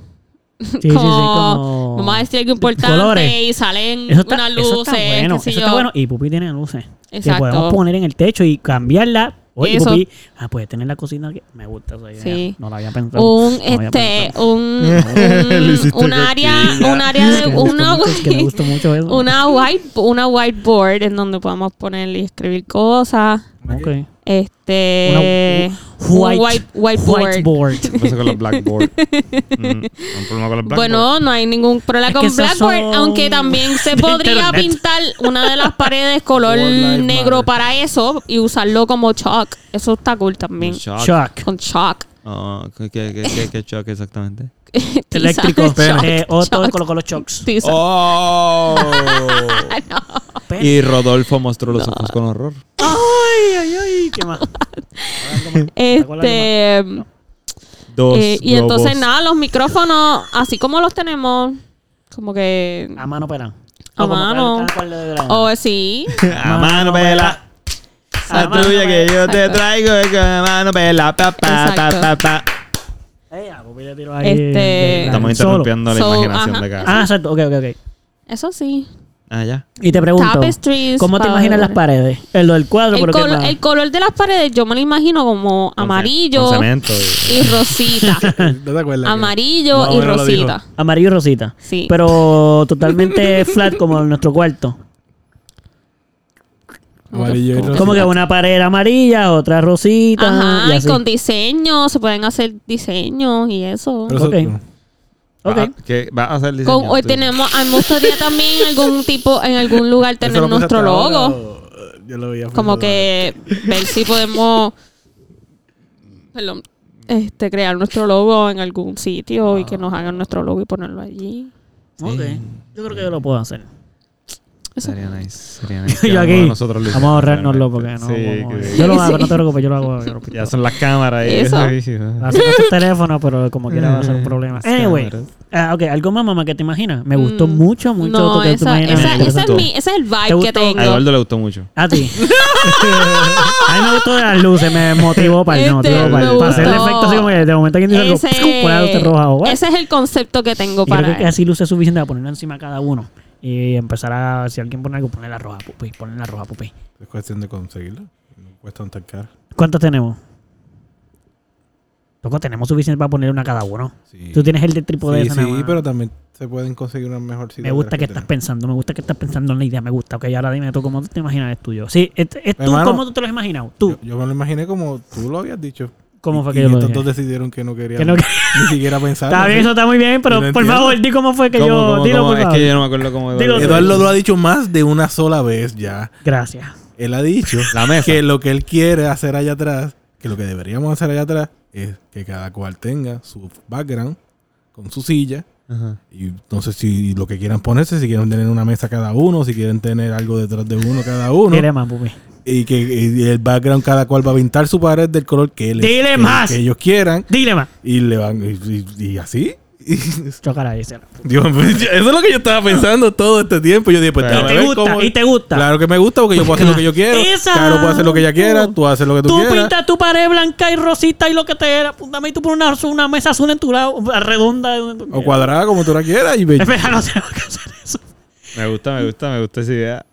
Sí, sí, sí, como-
vamos a decir algo importante
Colores.
y salen
Eso está,
unas
eso
luces,
está bueno.
qué sé
eso
yo.
está bueno. Y Pupi tiene luces. Que
Exacto.
podemos poner en el techo y cambiarla. Oye,
Eso.
Pupi. Ah, puede tener la cocina que me gusta esa idea.
Sí.
No la había pensado.
un
No la había
este
pensado.
un
[LAUGHS] Lo
un,
hiciste
un área
coquilla.
un área
Es que
de
me gusta
[LAUGHS] una
mucho, es que me gusta mucho eso.
una white una whiteboard en donde podamos poner y escribir cosas
Ok.
este
Una- u-
un white- whiteboard
whiteboard.
¿Qué pasa con los blackboard? Mm, un problema con los blackboard.
bueno, no hay ningún problema
Es que
con
esos
Blackboard,
son
aunque también se
[LAUGHS] de
podría
internet.
pintar una de las
[LAUGHS]
paredes color
World Life
negro
Matter.
para eso y usarlo como chalk. Eso está cool también.
Shock.
Shock.
Con chalk. [LAUGHS]
Oh, ¿qué, qué, qué, qué, qué shock exactamente?
[LAUGHS] Tiza.
Eléctrico.
Shock.
Eh, Otto
Shock.
colocó los shocks.
Tiza.
¡Oh!
Pen.
y Rodolfo mostró los ojos con horror.
Ay, ay, ay. ¿Qué más?
Este.
Dos.
eh, y
globos.
entonces, nada, los micrófonos, así como los tenemos, como que.
A mano pera.
A mano. Oh.
O
O sí.
Ah,
A mano pela. La tuya que yo te
Exacto.
traigo es con la mano pela. Pa, pa, pa,
Exacto.
pa, pa.
Eh, ah, pues
Este-
Estamos interrumpiendo la
So,
imaginación
ajá.
de cada.
Ah, exacto. Ok, ok, ok.
Eso sí.
Ah, ya.
Y te pregunto,
Tapestries,
¿cómo te
para
imaginas las
decorar.
paredes? El, el cuadro,
El,
pero ¿qué
colo-
más?
el color de las paredes, yo me lo imagino como
Con ce-
amarillo
Con cemento. y-
[LAUGHS]
y rosita.
[LAUGHS] ¿No te acuerdas?
amarillo
No,
y
no lo dijo.
rosita.
Amarillo y rosita.
Sí.
Pero totalmente
[LAUGHS]
flat como en nuestro cuarto.
Amarillo y rosita.
Como que una pared amarilla, otra rosita.
Ajá,
y
y,
así.
con diseño, se pueden hacer diseños y eso.
Pero eso-
Ok. Ok.
Va- ¿Qué va a hacer el diseño?
Con, hoy
tú?
tenemos, a mí me gustaría también en algún tipo, en algún lugar
¿Eso
tener
lo
nuestro
pensaste
logo.
ahora o- Yo lo veía
como
pensando.
que ver si podemos perdón, este crear nuestro logo en algún sitio y
Ah.
que nos hagan nuestro logo y ponerlo allí.
Ok. Yo creo que yo lo puedo hacer.
Sería nice. [LAUGHS] Sería nice.
[LAUGHS] yo
Vamos
aquí.
nosotros lo
Vamos a
hicimos
ahorrárnoslo porque
realmente.
no.
Sí,
vamos-
que-
Yo lo hago, no te preocupes, yo lo hago. Yo lo
Ya son las cámaras. y-
Eso.
Hace el teléfono, pero como quiera va a ser
[LAUGHS]
un problema. Anyway.
Cámaras.
Ah, ok, algo más, mamá, que te imaginas. Me gustó
Mm.
mucho, mucho lo
no,
que tú
esa,
imaginas.
esa,
Me
ese es
gustó.
mi, ese es el
¿Te
vibe
gustó?
que tengo.
A Eduardo le gustó mucho.
A
[LAUGHS]
ti. a mí me gustó de las luces, me motivó para el me
Este,
motivó para
me
para hacer el
gustó.
efecto así como que de momento alguien dice algo,
Ese,
por la luz roja o
ese es el concepto que tengo
Y creo
para
que así luces suficiente para ponerla encima a cada uno. Y empezar a, si alguien pone algo, poner la roja, pupi, poner la roja, pupi.
Es cuestión de conseguirlo. No cuesta tan caro.
¿Cuántos tenemos? Loco, tenemos suficiente para poner una a cada uno.
Sí.
Tú tienes el de trípode
Sí,
ese nada
sí,
más.
pero también se pueden conseguir una mejor
Me gusta que estás pensando, me gusta que estás pensando en la idea, me gusta. Ok, ahora dime tú cómo tú te imaginas el tuyo. Sí, es, es tú,
Hermano,
¿cómo tú te lo has imaginado? Tú,
Yo, yo me lo imaginé como tú lo habías dicho.
¿cómo
Y-
fue que
y
yo lo
estos
dije?
dos decidieron que no querían
Que no-
[LAUGHS] ni siquiera pensar.
Está bien, eso está muy bien, pero
Yo no
por
entiendo.
favor, di cómo fue que
¿Cómo,
yo.
cómo,
dilo,
cómo?
por
Es
favor.
que yo no me acuerdo cómo
Dilo
Eduardo-
tú.
Eduardo lo ha dicho más de una sola vez ya.
Gracias.
Él ha dicho
[LAUGHS] La mesa.
que lo que él quiere hacer allá atrás, que lo que deberíamos hacer allá atrás, es que cada cual tenga su background con su silla.
Ajá.
Y entonces, si lo que quieran ponerse, si quieren tener una mesa cada uno, si quieren tener algo detrás de uno cada uno.
Dile más, pupi.
Y que y el background cada cual va a pintar su pared del color que él
Dile
que-
más.
que ellos quieran.
Dile más.
Y le van. Y, y- y así. [LAUGHS]
Chocará, dice.
Dios mío, [LAUGHS] eso es lo que yo estaba pensando todo este tiempo. Yo dije, pues
Y
déjame
te
ver
gusta,
cómo-
y te gusta.
Claro que me gusta porque yo puedo hacer lo que yo quiero.
Esa.
Claro, puedo hacer lo que ella quiera. Tú haces lo que tú,
Tú
quieras.
pintas tu pared blanca y rosita y lo que te era. Dame y tú pones una, azul- una mesa azul en tu lado, redonda.
O cuadrada como tú la quieras. Y ve-
Espera, no sé qué hacer eso.
Me gusta, me gusta, me gusta esa idea.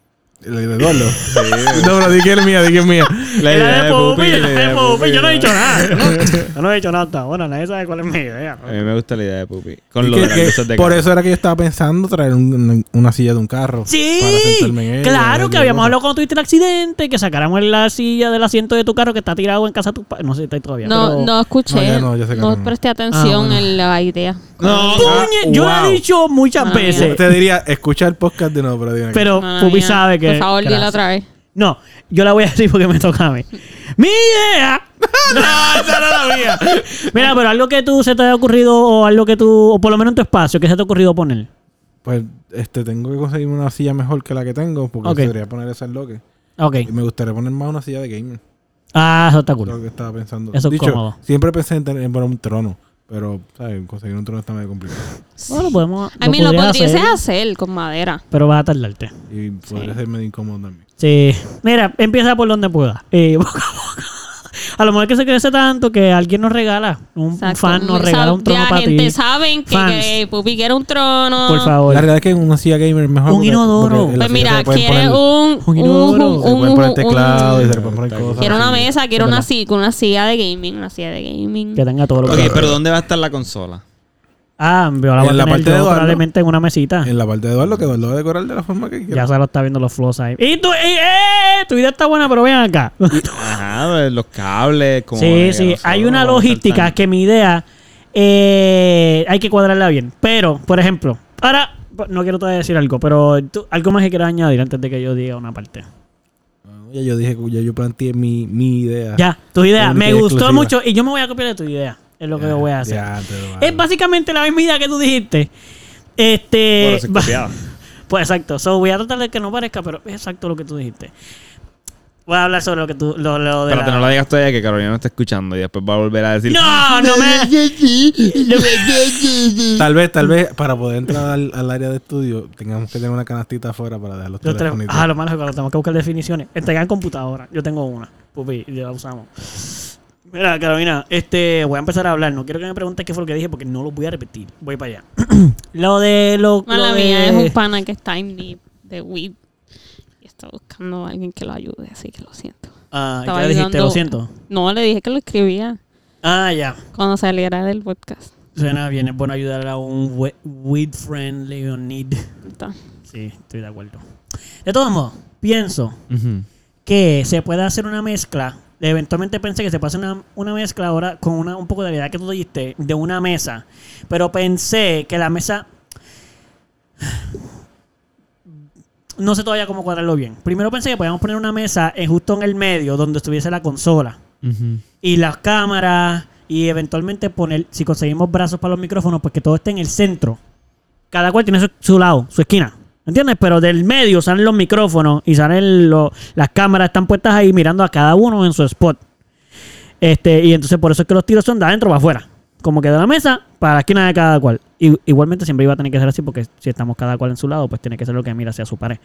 El de
[LAUGHS]
Eduardo.
Sí.
no, pero di que es mía, di que es mía.
[LAUGHS] La
Era
idea
de Eh, Pupi,
la
era
idea
de Pupi. Yo no he
la
dicho
idea-
nada. Yo no- Yo no he dicho nada hasta ahora. Nadie sabe cuál es mi idea.
A mí me gusta la idea de Pupi. Con
Y
los
que- que
grandes de
por
cara.
eso era que yo estaba pensando traer un- un- una silla de un carro. para
Sí,
sentarme en ella,
claro que
cualquier
habíamos
cosa.
hablado cuando tuviste el accidente, que sacáramos la silla del asiento de tu carro que está tirado en casa de tu padre. No sé si está ahí todavía.
No,
pero-
no escuché.
No, ya
no,
no, ya sé que no.
presté atención
Ah, bueno.
en la idea.
No,
Puñe, yo lo
Ah, wow.
he dicho muchas
Madre
veces,
Te diría, escucha el podcast de nuevo, pero digan que-
pero
Mamá
Oh, Pupi
mía,
sabe que...
Por favor,
que la
dila
hace.
otra vez.
No, yo la voy a decir porque me toca a mí. ¡Mi idea! [LAUGHS] no, esa no era la mía. Mira, pero algo que tú se te haya ocurrido o algo que tú, o por lo menos en tu espacio, que se te ha ocurrido poner.
Pues este, tengo que conseguirme una silla mejor que la que tengo porque
Ok.
debería poner esa en loque.
Ok.
Y me gustaría poner más una silla de gamer.
Ah, eso está
Lo
cool.
que estaba pensando.
Eso es
Dicho,
cómodo.
siempre pensé en tener en poner un trono, pero ¿sabes? conseguir un trono está medio complicado.
Bueno, podemos...
A mí lo
podrías
podrías
hacer,
hacer con madera.
Pero vas a tardarte.
Y podría ser medio incómodo también.
Sí. Mira, empieza por donde pueda. Eh, [LAUGHS] boca a boca. A lo mejor que se crece tanto que alguien nos regala, un
Exacto.
fan nos
Sa-
regala un trono
ya
para ti.
gente saben que,
Fans.
que Pupi quiere un trono.
Por
La
favor.
realidad es que una silla gamer es mejor.
Un
porque-
inodoro.
porque en la
Pues
silla se
mira,
le pueden
quiere
poner-
un... un,
inodoro.
un-
Se le pueden
un-
poner
un-
teclado y se le pueden poner cosas.
Quiero una
así.
mesa, quiero una,
¿Verdad?
si- con una silla de gaming. Una silla de gaming.
Que tenga todo lo
Ok,
que.
pero ¿dónde va a estar la consola?
Ah, pero la voy a
En la
tener
parte
yo
de Eduardo.
probablemente en una mesita.
En la parte de Eduardo, que Eduardo va a decorar de la forma que quiera.
Ya se lo está viendo los flows ahí. Y tu, y, eh, tu idea está buena, pero vean acá.
Ajá, pues, los cables. Como
Sí, sí. Hay una logística que mi idea eh, hay que cuadrarla bien. Pero, por ejemplo, ahora no quiero todavía decir algo, pero tú- algo más que quieras añadir antes de que yo diga una parte.
Ah, Ya yo dije, ya yo planteé mi, mi idea.
Ya, tu idea.
Una
Me
idea
gustó
exclusiva.
mucho y yo me voy a copiar de tu idea. Es lo que yo voy a hacer. Es básicamente la misma idea que tú dijiste. Este.
Pero
[LAUGHS]
se
va-
copiaba.
Pues exacto. So, voy a tratar de que no parezca, pero es exacto lo que tú dijiste. Voy a hablar sobre lo que tú. Lo, lo de
Espérate,
la-
no la digas todavía que Carolina no está escuchando y después va a volver a decir.
no, no me. [LAUGHS]
Tal vez, tal vez, para poder entrar al, al área de estudio, tengamos que tener una canastita afuera para dejar los
Los tres-
teléfonos. y
Ah,
todo.
lo malo es que tenemos que buscar definiciones. Entregan computadora. Yo tengo una. Pupi, ya la usamos. Mira, Carolina, este, voy a empezar a hablar. No quiero que me preguntes qué fue lo que dije porque no lo voy a repetir. Voy para allá. [CLEARS THROAT] lo de lo,
Mala
lo
mía,
de-
es un pana que está en need de weed. Y está buscando a alguien que lo ayude, así que lo siento.
Ah,
Estaba
¿qué le dijiste?
ayudando-
Lo siento.
No, le dije que lo escribía
Ah, ya.
cuando saliera del podcast.
Suena bien. Es bueno ayudar a un we- weed friend Leonid.
Está.
Sí, estoy de acuerdo. De todos modos, pienso
Ujú.
que se puede hacer una mezcla. Eventualmente pensé que se pase una, una mezcla ahora con una, un poco de la idea que tú dijiste de una mesa. Pero pensé que la mesa. [SIGHS] No sé todavía cómo cuadrarlo bien. Primero pensé que podíamos poner una mesa en- justo en el medio donde estuviese la consola
Ujú.
y las cámaras y eventualmente poner, si conseguimos brazos para los micrófonos, pues que todo esté en el centro. Cada cual tiene su, su lado, su esquina. ¿Entiendes? Pero del medio salen los micrófonos y salen los las cámaras, están puestas ahí mirando a cada uno en su spot. Este, y entonces por eso es que los tiros son de adentro para afuera. Como que de la mesa para la esquina de cada cual. Y- igualmente siempre iba a tener que ser así porque si estamos cada cual en su lado, pues tiene que ser lo que mira hacia su pared.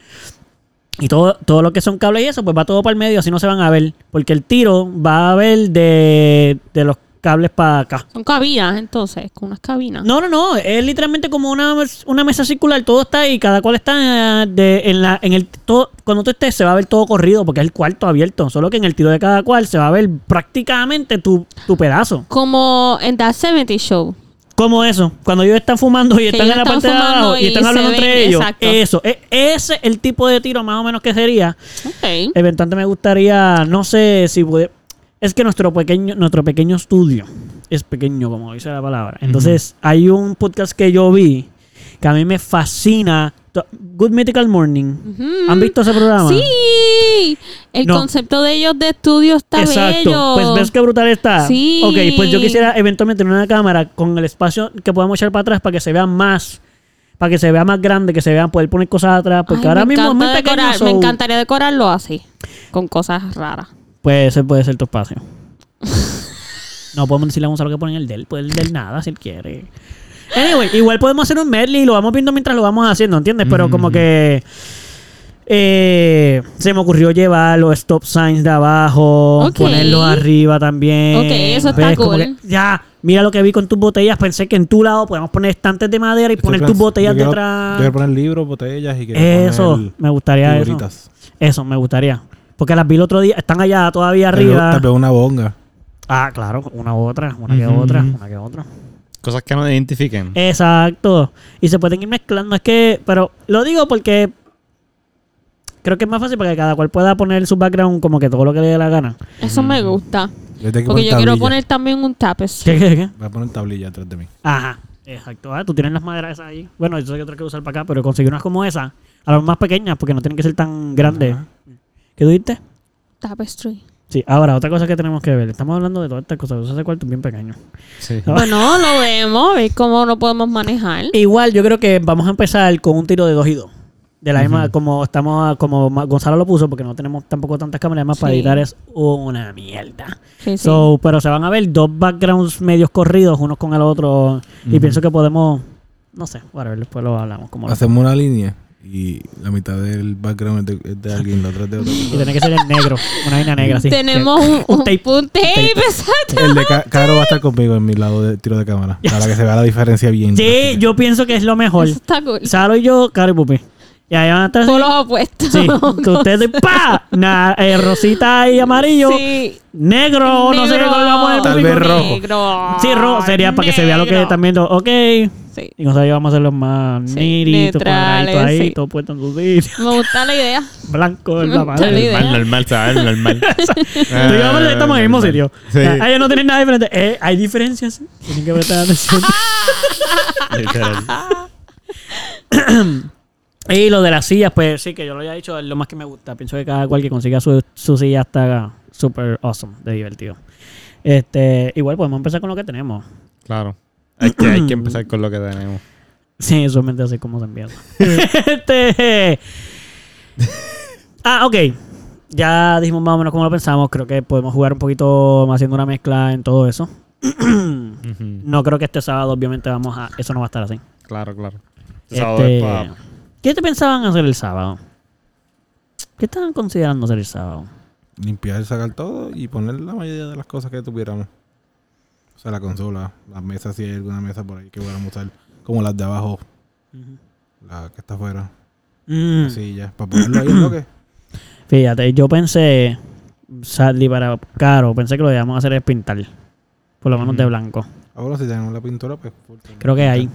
Y todo, todo lo que son cables y eso, pues va todo para el medio, así no se van a ver. Porque el tiro va a ver de, de los cables para acá.
Son cabinas, entonces, con unas cabinas.
No, no, no. Es literalmente como una, una mesa circular. Todo está ahí. Cada cual está eh, de- en, la, en el... Todo, cuando tú estés se va a ver todo corrido porque es el cuarto abierto. Solo que en el tiro de cada cual se va a ver prácticamente tu, tu pedazo.
Como en That 70 Show.
Como eso. Cuando ellos están fumando y
Que
están en
ellos
la
están
parte de
fumando
abajo y
y
están
se
hablando
ven,
entre ellos.
exacto.
Eso. E- ese es el tipo de tiro más o menos que sería.
Ok.
Eventualmente me gustaría, no sé si puede. Es que nuestro pequeño, nuestro pequeño estudio es pequeño, como dice la palabra. Entonces, hay un podcast que yo vi que a mí me fascina. To- Good Mythical Morning.
Ujú.
¿Han visto ese programa?
Sí, el
No.
concepto de ellos de estudio está
Exacto.
bello.
Pues ves qué brutal está.
Sí.
Ok, pues yo quisiera eventualmente tener una cámara con el espacio que podamos echar para atrás para que se vea más. Para que se vea más grande, que se vean poder poner cosas atrás. Porque
Ay,
ahora
me
mismo es muy
encanta
pequeño,
decorar,
so-
Me encantaría decorarlo así, con cosas raras.
Pues ese puede ser tu espacio. [LAUGHS] No podemos decirle a Gonzalo que ponen el del, puede el del nada si él quiere. Anyway, igual podemos hacer un medley y lo vamos viendo mientras lo vamos haciendo, ¿entiendes? Pero como que eh, se me ocurrió llevar los stop signs de abajo,
Ok.
ponerlos arriba también.
Ok, eso está
Como
cool.
que, ya, mira lo que vi con tus botellas. Pensé que en tu lado podemos poner estantes de madera y
Estoy
poner
pens-
tus botellas
yo quiero- Yo
detrás.
quiero poner libros, botellas y quiero
Eso,
poner
me gustaría eso.
figuritas.
Eso me gustaría. Porque las vi el otro día, están allá todavía
Tal vez-
arriba.
Tal vez una bonga.
Ah, claro, una u otra, una que
Ujú.
otra, una que otra.
Cosas que no identifiquen.
Exacto. Y se pueden ir mezclando. Es que, pero lo digo porque creo que es más fácil para que cada cual pueda poner su background como que todo lo que le dé la gana.
Eso me gusta.
Yo tengo que
Porque yo
tablilla.
quiero poner también un tapestry.
¿Qué, qué, qué?
Voy a poner tablilla atrás de mí.
Ajá. Exacto. Ah, tú tienes las maderas esas ahí. Bueno, yo sé que otras que usar para acá, pero conseguir unas como esas, a las más pequeñas, porque no tienen que ser tan grandes.
Ajá.
¿Qué tuviste?
Tapestry.
Sí, ahora, otra cosa que tenemos que ver. Estamos hablando de todas estas cosas. Eso ese cuarto es bien pequeño.
Sí.
Ah.
Bueno, lo vemos, a ver cómo lo podemos manejar.
Igual yo creo que vamos a empezar con un tiro de dos y dos. De la misma, como estamos, como Ma- Gonzalo lo puso, porque no tenemos tampoco tantas cámaras, además para
Sí.
editar es una mierda.
Sí, sí.
So, pero se van a ver dos backgrounds medios corridos, unos con el otro, y pienso que podemos, no sé, bueno, después lo hablamos. Como lo-
Hacemos una línea y la mitad del background es de, es de alguien, la otra es
[LAUGHS]
de otro.
[LAUGHS] y tiene que ser en negro, una vaina negra, sí.
Tenemos un,
un tape.
un tape,
tape.
exacto.
El de Ca- Caro va a estar conmigo en mi lado de tiro de cámara. Para que se vea la diferencia bien.
Que- [LAUGHS] Sí, yo pienso que es lo mejor.
Eso está cool.
Saro y yo, Caro y Pupi. Y ahí van a
[LAUGHS]
estar...
Todos los opuestos.
Sí, que ustedes, ¡pa! Na- eh, rosita y amarillo.
Sí.
Negro, no sé qué
Negro.
color vamos a poner.
Tal
Pupi,
vez
con-
rojo.
Negro.
Sí, rojo sería para que se vea lo que
Negro.
están viendo. Ok.
Sí.
Y nosotros vamos a hacer los más
Sí,
niritos,
neutrales,
cuadraditos ahí,
sí.
todo puesto en su sitio. [LAUGHS]
Me gusta la idea.
Blanco
[LAUGHS]
en la
Neutrales.
pared.
Normal, normal, ¿sabes? [LAUGHS] Normal. Eh,
Tú y yo, hombre, estamos en el mismo sitio.
Sí.
Ah, ellos no tienen nada diferente. Eh, hay diferencias. Tienen que prestar
[LAUGHS]
atención.
Ah. Literal.
y lo de las sillas, pues sí, que yo lo había dicho, es lo más que me gusta. Pienso que cada cual que consiga su, su silla está super awesome, de divertido. Este, igual podemos empezar con lo que tenemos.
Claro. Hay que, hay que empezar con lo que tenemos.
Sí, solamente así como se empieza. [LAUGHS] este. Ah, ok. Ya dijimos más o menos cómo lo pensamos. Creo que podemos jugar un poquito haciendo una mezcla en todo eso.
Ujú.
No creo que este sábado, obviamente, vamos a. Eso no va a estar así.
Claro, claro. Este...
Este, ¿Qué te pensaban hacer el sábado? ¿Qué estaban considerando hacer el sábado?
Limpiar, sacar todo y poner la mayoría de las cosas que tuviéramos. O sea, la consola, las mesas, si hay alguna mesa por ahí que fuéramos a usar. Como las de abajo, la que está afuera.
Mm,
La silla. Para ponerlo ahí
[COUGHS]
en lo que.
Fíjate, yo pensé, Sadly para Caro, pensé que lo que íbamos a hacer es pintar. Por lo menos de
Ujú.
blanco.
Ah, bueno, si tenemos la pintura, pues. ¿por qué no?
Creo que hay.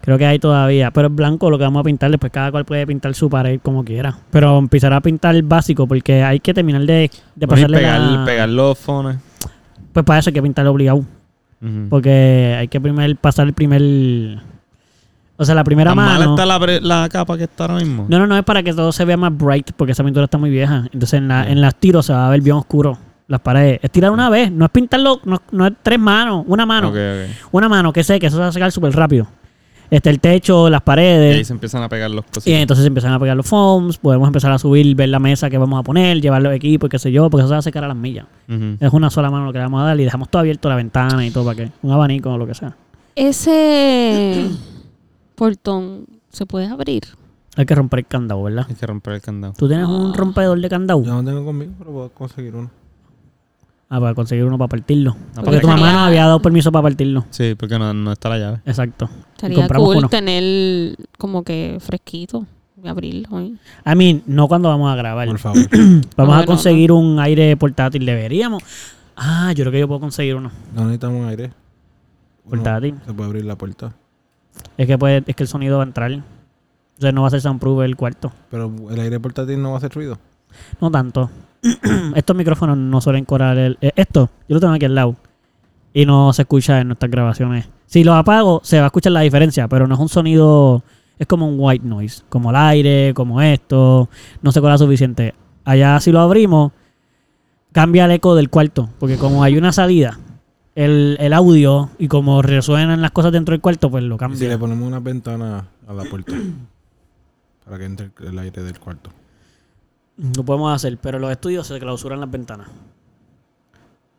Creo que hay todavía. Pero es blanco lo que vamos a pintar. Después cada cual puede pintar su pared como quiera. Pero empezar a pintar básico porque hay que terminar de,
Bueno, y
de pasarle
pegar,
la-
pegar los fones.
Pues para eso hay que pintar obligado.
Ujú.
Porque hay que primer pasar el primer... O sea, la primera
¿Tan mala
mano...
está la, pre- la capa que está ahora mismo?
No, no, no, es para que todo se vea más bright porque esa pintura está muy vieja. Entonces en, la, en las tiros se va a ver bien oscuro las paredes. Es tirar una vez, no es pintarlo, no, no es tres manos, una mano.
Ok, ok.
Una mano, que sé, que eso se va a sacar súper rápido. Este, el techo, las
Y
paredes.
ahí se empiezan a pegar los
Y
cositas.
entonces empiezan a pegar los foams, podemos empezar a subir, ver la mesa que vamos a poner, llevar los equipos, y qué sé yo, porque eso se va a secar a las millas.
Ujú.
Es una sola mano lo que le vamos a dar y dejamos todo abierto la ventana y todo para que un abanico o lo que sea.
Ese portón se puede abrir.
Hay que romper el candado, ¿verdad?
Hay que romper el candado.
¿Tú tienes un rompedor de candado?
Yo no tengo conmigo, pero puedo conseguir uno.
Ah, para conseguir uno para partirlo.
No,
Porque
porque
tu mamá
tenía-
nos había dado permiso para partirlo.
Sí, porque no, no está la llave.
Exacto. Y
Estaría
compramos
cool
uno.
tener como que fresquito y abrirlo. ¿eh?
I mean, no cuando vamos a grabar. [COUGHS]
Por favor.
Vamos
Ah,
a
bueno,
conseguir un aire portátil. Deberíamos. Ah, yo creo que yo puedo conseguir uno.
No necesitamos aire. Uno,
Portátil.
Se puede abrir la puerta.
Es que puede, es que el sonido va a entrar. O sea, no va a ser soundproof el cuarto.
Pero el aire portátil no va a hacer ruido.
No tanto. [CLEARS THROAT] Estos micrófonos no suelen cobrar el... eh, Esto, yo lo tengo aquí al lado. Y no se escucha en nuestras grabaciones. Si los apago, se va a escuchar la diferencia, pero no es un sonido... Es como un white noise. Como el aire, como esto. No se cobra suficiente. Allá si lo abrimos, cambia el eco del cuarto. Porque como hay una salida, el, el audio y como resuenan las cosas dentro del cuarto, pues lo
Y si le
cambia.
ponemos una ventana a la puerta. [COUGHS] para que entre el aire del cuarto.
Lo podemos hacer, pero los estudios se clausuran las ventanas.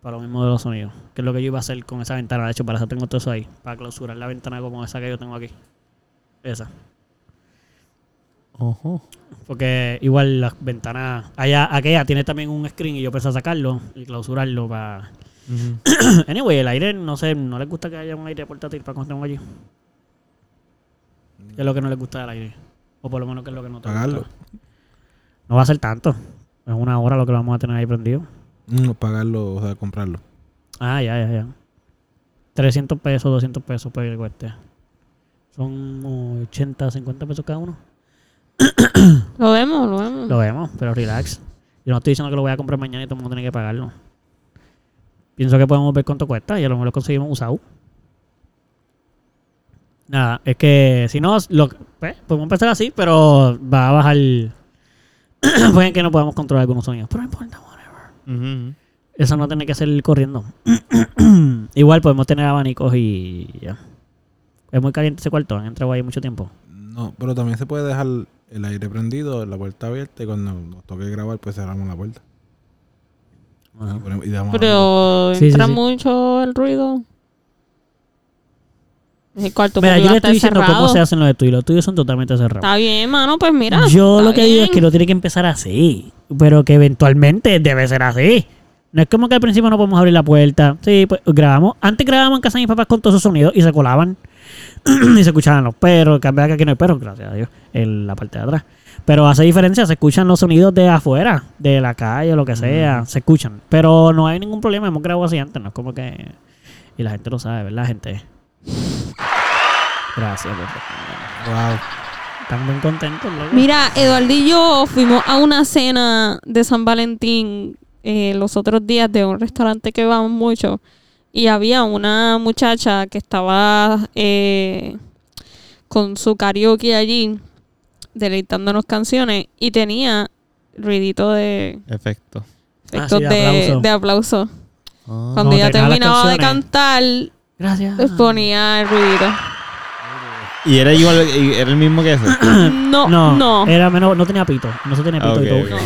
Para lo mismo de los sonidos. Que es lo que yo iba a hacer con esa ventana. De hecho, para eso tengo todo eso ahí. Para clausurar la ventana como esa que yo tengo aquí. Esa.
Ojo.
Porque igual las ventanas. Allá, aquella tiene también un screen y yo pensé sacarlo y clausurarlo para. [CLEARS THROAT] anyway, el aire, no sé, no les gusta que haya un aire portátil para cuando estemos allí. ¿Qué es lo que no les gusta del aire? O por lo menos que es lo que no te gusta.
Pagarlo.
No va a ser tanto. Es una hora lo que lo vamos a tener ahí prendido.
Mm, pagarlo, o sea, comprarlo.
Ah, ya, ya, ya. 300 pesos, 200 pesos puede que cueste. Son 80, 50 pesos cada uno.
Lo vemos, lo vemos.
Lo vemos, pero relax. Yo no estoy diciendo que lo voy a comprar mañana y todo el mundo tiene que pagarlo. Pienso que podemos ver cuánto cuesta y a lo mejor lo conseguimos usado. Nada, es que si no, lo, pues, podemos empezar así, pero va a bajar. [CLEARS THROAT] Pueden que no podamos controlar algunos sonidos, pero no importa, whatever.
Ujú.
Eso no tiene que ser corriendo. [CLEARS THROAT] Igual podemos tener abanicos y ya. Es muy caliente ese cuarto, han entrado ahí mucho tiempo.
No, pero también se puede dejar el aire prendido, la puerta abierta y cuando nos toque grabar, pues cerramos la puerta. Y ponemos- y dejamos abierto.
Pero
Sí, sí,
entra
sí.
mucho el ruido. El cuarto
Mira,
porque
yo
va a
le
estar
estoy diciendo
cerrado.
cómo se hacen los de tuyos. Los tuyos son totalmente cerrados.
Está bien, mano, pues mira.
Yo lo
está
que digo es
bien.
que lo tiene que empezar así, pero que eventualmente debe ser así. No es como que al principio no podemos abrir la puerta. Sí, pues grabamos. Antes grabábamos en casa de mis papás con todos esos sonidos y se colaban [CLEARS THROAT] y se escuchaban los perros. Cambia que aquí no hay perros, gracias a Dios, en la parte de atrás. Pero hace diferencia, se escuchan los sonidos de afuera, de la calle o lo que sea, se escuchan. Pero no hay ningún problema, hemos grabado así antes, no es como que... Y la gente lo sabe, ¿verdad, gente? Gracias, por-
Wow.
Están muy contentos, loco.
Mira, Eduardo y yo fuimos a una cena de San Valentín eh, los otros días de un restaurante que vamos mucho. Y había una muchacha que estaba eh, con su karaoke allí, deleitándonos canciones, y tenía ruidito de
Efecto.
Ah,
efectos
sí, de
de,
aplauso.
de aplauso.
Ah.
Cuando
No,
ella
terminaba las
terminaba de
canciones. Ah.
cantar,
Gracias.
les ponía el
[CLEARS THROAT]
ruidito.
Y era igual, y era el mismo
[COUGHS]
que ese.
No, no.
Era menos, no tenía pito. No se tenía pito
Ah, ok,
Ah, y todo.
ok.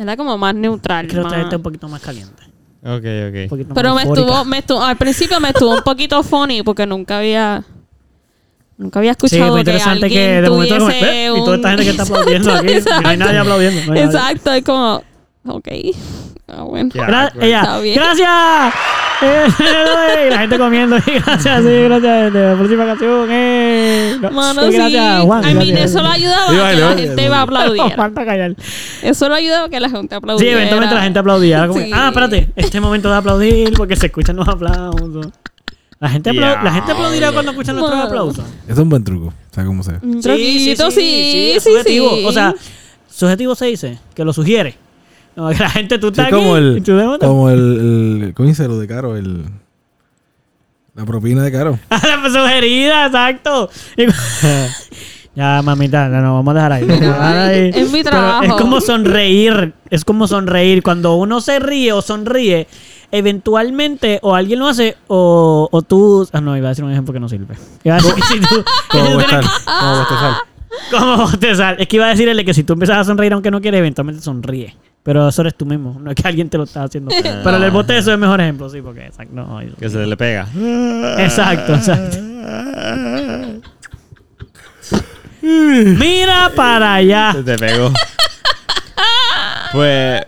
Era como más neutral.
Creo que
más-
está un poquito más caliente.
Ok,
un
ok.
poquito
Pero me
más eufórica.
estuvo, me estuvo, al principio me estuvo un poquito funny porque nunca había, nunca había
Sí,
escuchado
fue
que
interesante
alguien
que, de momento como,
tuviese
"Eh",
un...
y toda esta gente que está aplaudiendo
[LAUGHS]
aquí,
Exacto,
no hay nadie aplaudiendo. no hay nadie.
Exacto, es como, ok, ah, bueno.
Ya. pues,
Gra-
Awkward.
ella,
Está bien.
¡Gracias! [LAUGHS] Eh, y la gente comiendo. y gracias, sí, gracias. gente. Próxima canción. Eh. No,
Mano,
sí,
sí,
gracias, Juan.
I mean,
gracias. [LAUGHS]
eso lo ayudaba
Sí,
a que
vale,
la
vale,
gente iba a
Oh,
aplaudir.
falta callar.
Eso lo ayudaba a que la gente
Sí,
aplaudiera.
eventualmente la gente aplaudía. Era como que,
Sí.
ah, espérate, este momento de aplaudir porque se escuchan los aplausos. La gente, apla- la gente aplaudirá cuando escuchan nuestros
Wow.
aplausos.
Es un buen truco, o sea, como sea.
Un truquito, sí, sí,
es
sí,
subjetivo. O sea, subjetivo se dice, que lo sugiere. No, que la gente, tú
Sí,
estás aquí
como
y
el,
tú de-
como el, el ¿cómo dice lo de Caro? El, la propina de Caro.
Pues, sugerida, exacto. Y
[LAUGHS]
cu- ya, mamita, no, no, vamos a dejar ahí. Vamos a dejar ahí.
es mi
Pero
trabajo.
Es como sonreír. Es como sonreír. Cuando uno se ríe o sonríe, eventualmente o alguien lo hace o, o tú. Ah, no, iba a decir un ejemplo que no sirve. Iba a decir que
[LAUGHS]
si tú. [LAUGHS] que si
Como
tú tienes-
bostezar, como bostezar.
¿Cómo bostezar? Es que iba a decirle que si tú empiezas a sonreír aunque no quieres, eventualmente sonríe. Pero eso eres tú mismo, no es que alguien te lo está haciendo.
Ah.
Pero el botezo es el mejor ejemplo, sí, porque exacto. no, yo-
Que se le
[LAUGHS]
pega. Ah.
Exacto, exacto. Mira para allá.
Se te pegó. Pues.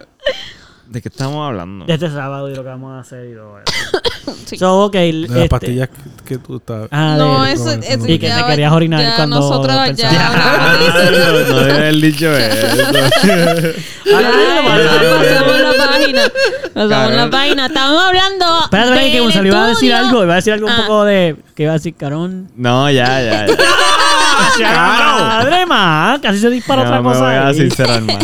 ¿De qué estamos hablando?
De este sábado y lo que vamos a hacer y todo eso.
[COUGHS] Sí.
So, ok.
De
este-
las pastillas que, que tú estás.
Ah,
No,
de-
eso,
eso
eso
Y que
ya-
te querías orinar
ya
cuando
nosotros ya
pensabas.
hablamos.
Ah, no, no debe haber dicho eso. [LAUGHS]
Ah, no, no, no, no, no.
Pasamos la página. Pasamos la
Cabrón.
página. Estamos hablando.
Espérate, espérate, que
del
Gonzalo iba a decir
estudio.
algo. Iba a decir algo un
Ah.
poco de. Que iba a decir, carón.
No, ya,
[LAUGHS]
ya, ya.
Madre más, casi se dispara
Ya
otra
me
cosa.
voy ah, a
ahí.
sincerar
[LAUGHS]
más.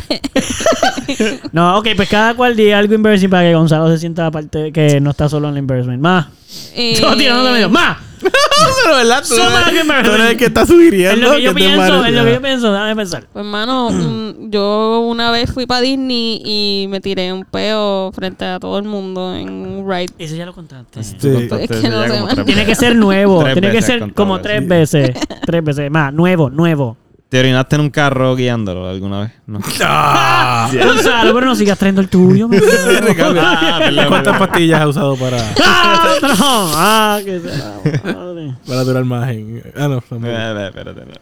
No, ok, pues cada cual diga algo embarrassing para que Gonzalo se sienta aparte que no está solo en el embarrassment. Más.
Eh,
Yo tirando medio. Más.
Pero ¿verdad?
Tú Súper eres- bien, tú eres el que
está
En
sugiriendo.
lo que yo pienso, en lo que yo pienso, déjame pensar.
Pues, hermano, yo una vez fui para Disney y me tiré un peo frente a todo el mundo en un ride.
Eso ya lo contaste.
Sí. [LAUGHS]
Contaste
Es que no
ya
sé,
como
man.
tres
Tiene que
veces.
ser nuevo,
Tres
tiene que
veces
ser
contado,
como tres veces, tres veces más, nuevo, nuevo.
¿Te orinaste en un carro guiándolo alguna vez?
[LAUGHS]
No.
Ah,
[LAUGHS] Gonzalo, pero no sigas trayendo el
[LAUGHS]
tuyo. mi amor. [LAUGHS]
Ah, perdón,
¿Cuántas
perdón.
pastillas has usado para,
ah, no, ah, que se la madre.
para durar más? En... Ah, no. tampoco.
Eh, Espérate, espérate, no.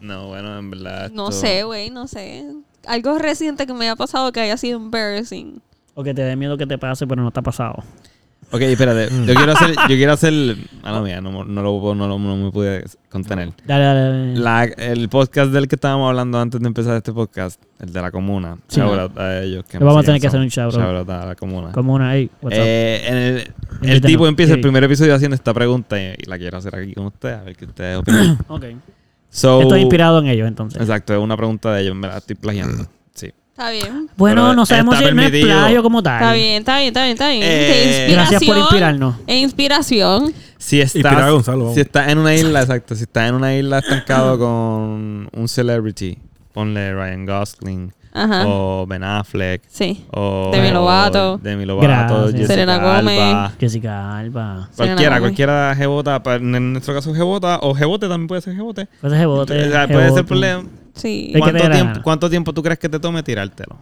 No, bueno, en verdad.
No
esto-
sé, güey, no sé. Algo reciente que me haya pasado que haya sido embarrassing.
O que te dé miedo que te pase, pero no te ha pasado.
Ok, espérate. Yo quiero hacer. Yo quiero [LAUGHS] hacer. Mala mía, Mm. Ah, no, no, lo, puedo- no, lo- no me pude contener.
Dale, dale, dale.
La- el podcast del que estábamos hablando antes de empezar este podcast, el de la comuna.
Sí.
Shout out a ellos. Que
Le vamos a
me siguen,
tener que hacer
son-
un shout out.
out a la comuna.
Como una ahí. What's up?
Eh, en el, el
Invítanos.
tipo empieza el
Sí.
primer episodio haciendo esta pregunta y, y la quiero hacer aquí con ustedes, a ver qué ustedes opinan.
Ok.
So,
Estoy inspirado en ellos, entonces.
Exacto, es una pregunta de ellos, me la estoy plagiando. Sí.
Está bien.
Bueno,
Pero
no sabemos si
está
no es
permitido.
plagio como tal.
Está bien, está bien, está bien, está bien.
Eh,
De
Gracias por
inspiración
inspirarnos.
E inspiración.
Si
Inspirado a
estás,
Gonzalo, vamos.
si estás en una isla, exacto, si estás en una isla estancado con un celebrity, ponle Ryan Gosling
Ajá.
o Ben Affleck
Sí.
o
Demi Lovato.
Demi Lovato,
Gracias.
Jessica
Selena
Alba.
Gómez.
Jessica Alba.
Cualquiera,
Gómez.
cualquiera jebota, pa- en nuestro caso jebota o jebote también puede ser jebote.
Puede ser Pues bote.
O sea, puede ser problema.
Sí.
Hay que
¿Cuánto
tener
tiempo,
ganas.
cuánto tiempo tú crees que te tome tirártelo?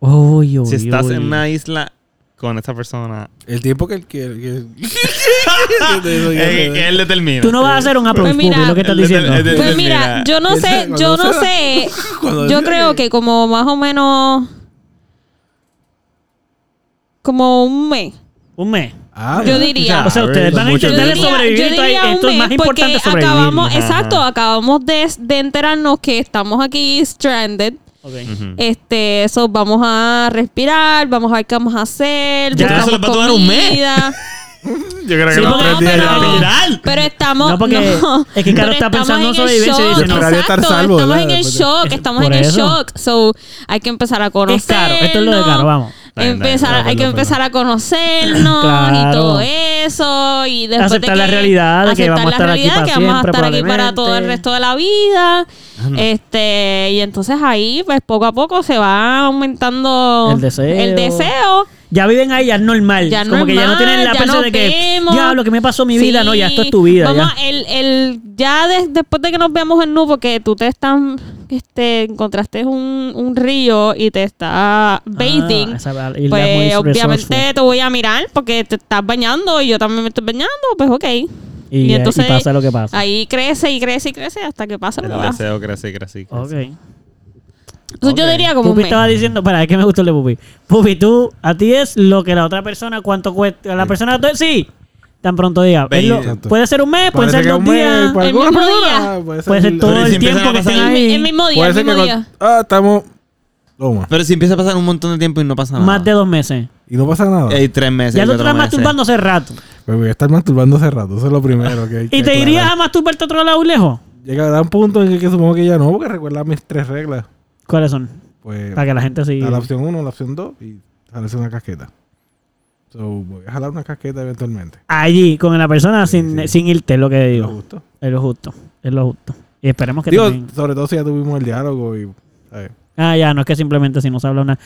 Uy, uy,
si estás
uy.
en una isla con esa persona,
El tiempo que él quiere. Que...
[LAUGHS]
[LAUGHS]
eh, que él determina.
Tú no vas a hacer un approach
Pues mira,
movie, lo que estás diciendo.
el- el- el-
Pues
Mira.
mira, yo no
Esa-
sé,
cuando
yo no
sea-
sé.
cuando
Yo
sea-
creo que como más o menos. Como un mes.
Un mes.
Ah,
Yo
no.
diría.
O sea, ustedes van a
Mucho
Yo
intentar
tiempo.
sobrevivir.
yo diría
entonces, esto es
un
más
mes porque
importante sobrevivir.
acabamos,
Ajá.
exacto, acabamos de, de enterarnos que estamos aquí stranded.
Ok.
Ujú.
Este, eso vamos a respirar, vamos a ver qué vamos a hacer.
Ya,
buscamos
eso les va a tomar un mes.
comida.
Yo creo que
Sí,
los
porque-
tres
No,
días ya
pero-
van a tirar.
Pero
[LAUGHS]
estamos.
No, porque
no,
es que Caro
pero
está pensando
estamos en
sobre
el
vivencia y
shock,
dice,
no. Yo esperaría estar
exacto,
salvo,
Estamos
¿verdad?
en el
Después de-
shock, estamos
Por
en el
eso.
shock. So, hay que empezar a conocer.
Es caro. Esto es lo de caro, vamos.
Está bien, está bien,
Empezar,
perdón,
hay que
perdón,
empezar
[LAUGHS]
a conocernos
Claro.
y todo eso. Y después
Aceptar
de
la
que-
realidad de que
aceptar
vamos a
la
estar aquí
realidad
para
que vamos a
siempre,
estar aquí para todo el
probablemente. Ah,
resto de la vida. Este, y entonces ahí, pues poco a poco se va aumentando
El deseo.
el deseo.
Ya viven ahí, ya es normal.
Ya
Como que ya no
normal,
tienen la
ya
presión
nos
de que.
vemos.
Ya, lo que me pasó mi
Sí.
vida, no, ya esto es tu vida.
Vamos,
ya.
El, el, ya de- después de que nos veamos en nu, porque tú te estás, este, encontraste un, un río y te está bathing.
Ah, esa isla
pues
muy
obviamente
resourceful.
te voy a mirar porque te estás bañando y yo también me estoy bañando, pues ok.
Y, eh, y pasa lo que pasa.
Ahí crece y crece y crece hasta que pasa lo que
El
pasa.
deseo crece, crece, crece.
Ok.
Entonces Yo diría como un
Pupi
mes.
estaba diciendo, para, es que me gustó el de Pupi. Pupi, tú, a ti es lo que la otra persona, cuánto cuesta. La persona, sí, tan pronto diga. Es lo-
Exacto.
puede ser un mes, puede
Parece
ser
que
dos
un mes,
días.
para
El
algunas
mismo
personas,
día.
Puede ser todo
Pero si
el
empiezan
tiempo
a
que
pasar
estén
El,
ahí.
mi- el mismo día,
Puede
el
ser que.
mismo día.
cuando- Ah, estamos. Loma.
Pero si empieza a pasar un montón de tiempo y no pasa nada.
Más de dos meses.
Y no pasa nada.
Hay tres meses.
Ya tú
cuatro
estás
meses.
masturbando hace rato.
Me voy a estar masturbando hace rato. Eso es lo primero que hay que
¿Y te
aclarar.
irías a masturbarte a otro lado y lejos?
Llegará un punto en el que supongo que ya no, porque recuerda mis tres reglas.
¿Cuáles son?
Pues.
Para que la gente
Está
siga.
la opción 1, la opción 2 y jalarse una casqueta. So, voy a jalar una casqueta eventualmente.
Allí, con la persona,
Sí,
sin,
sí.
sin irte, es lo que
Lo
digo.
justo.
Es lo justo. Es lo justo. Y esperemos que
Digo,
también-
sobre todo si ya tuvimos el diálogo y. ¿sabes?
Ah, ya, no es que simplemente si no se habla una.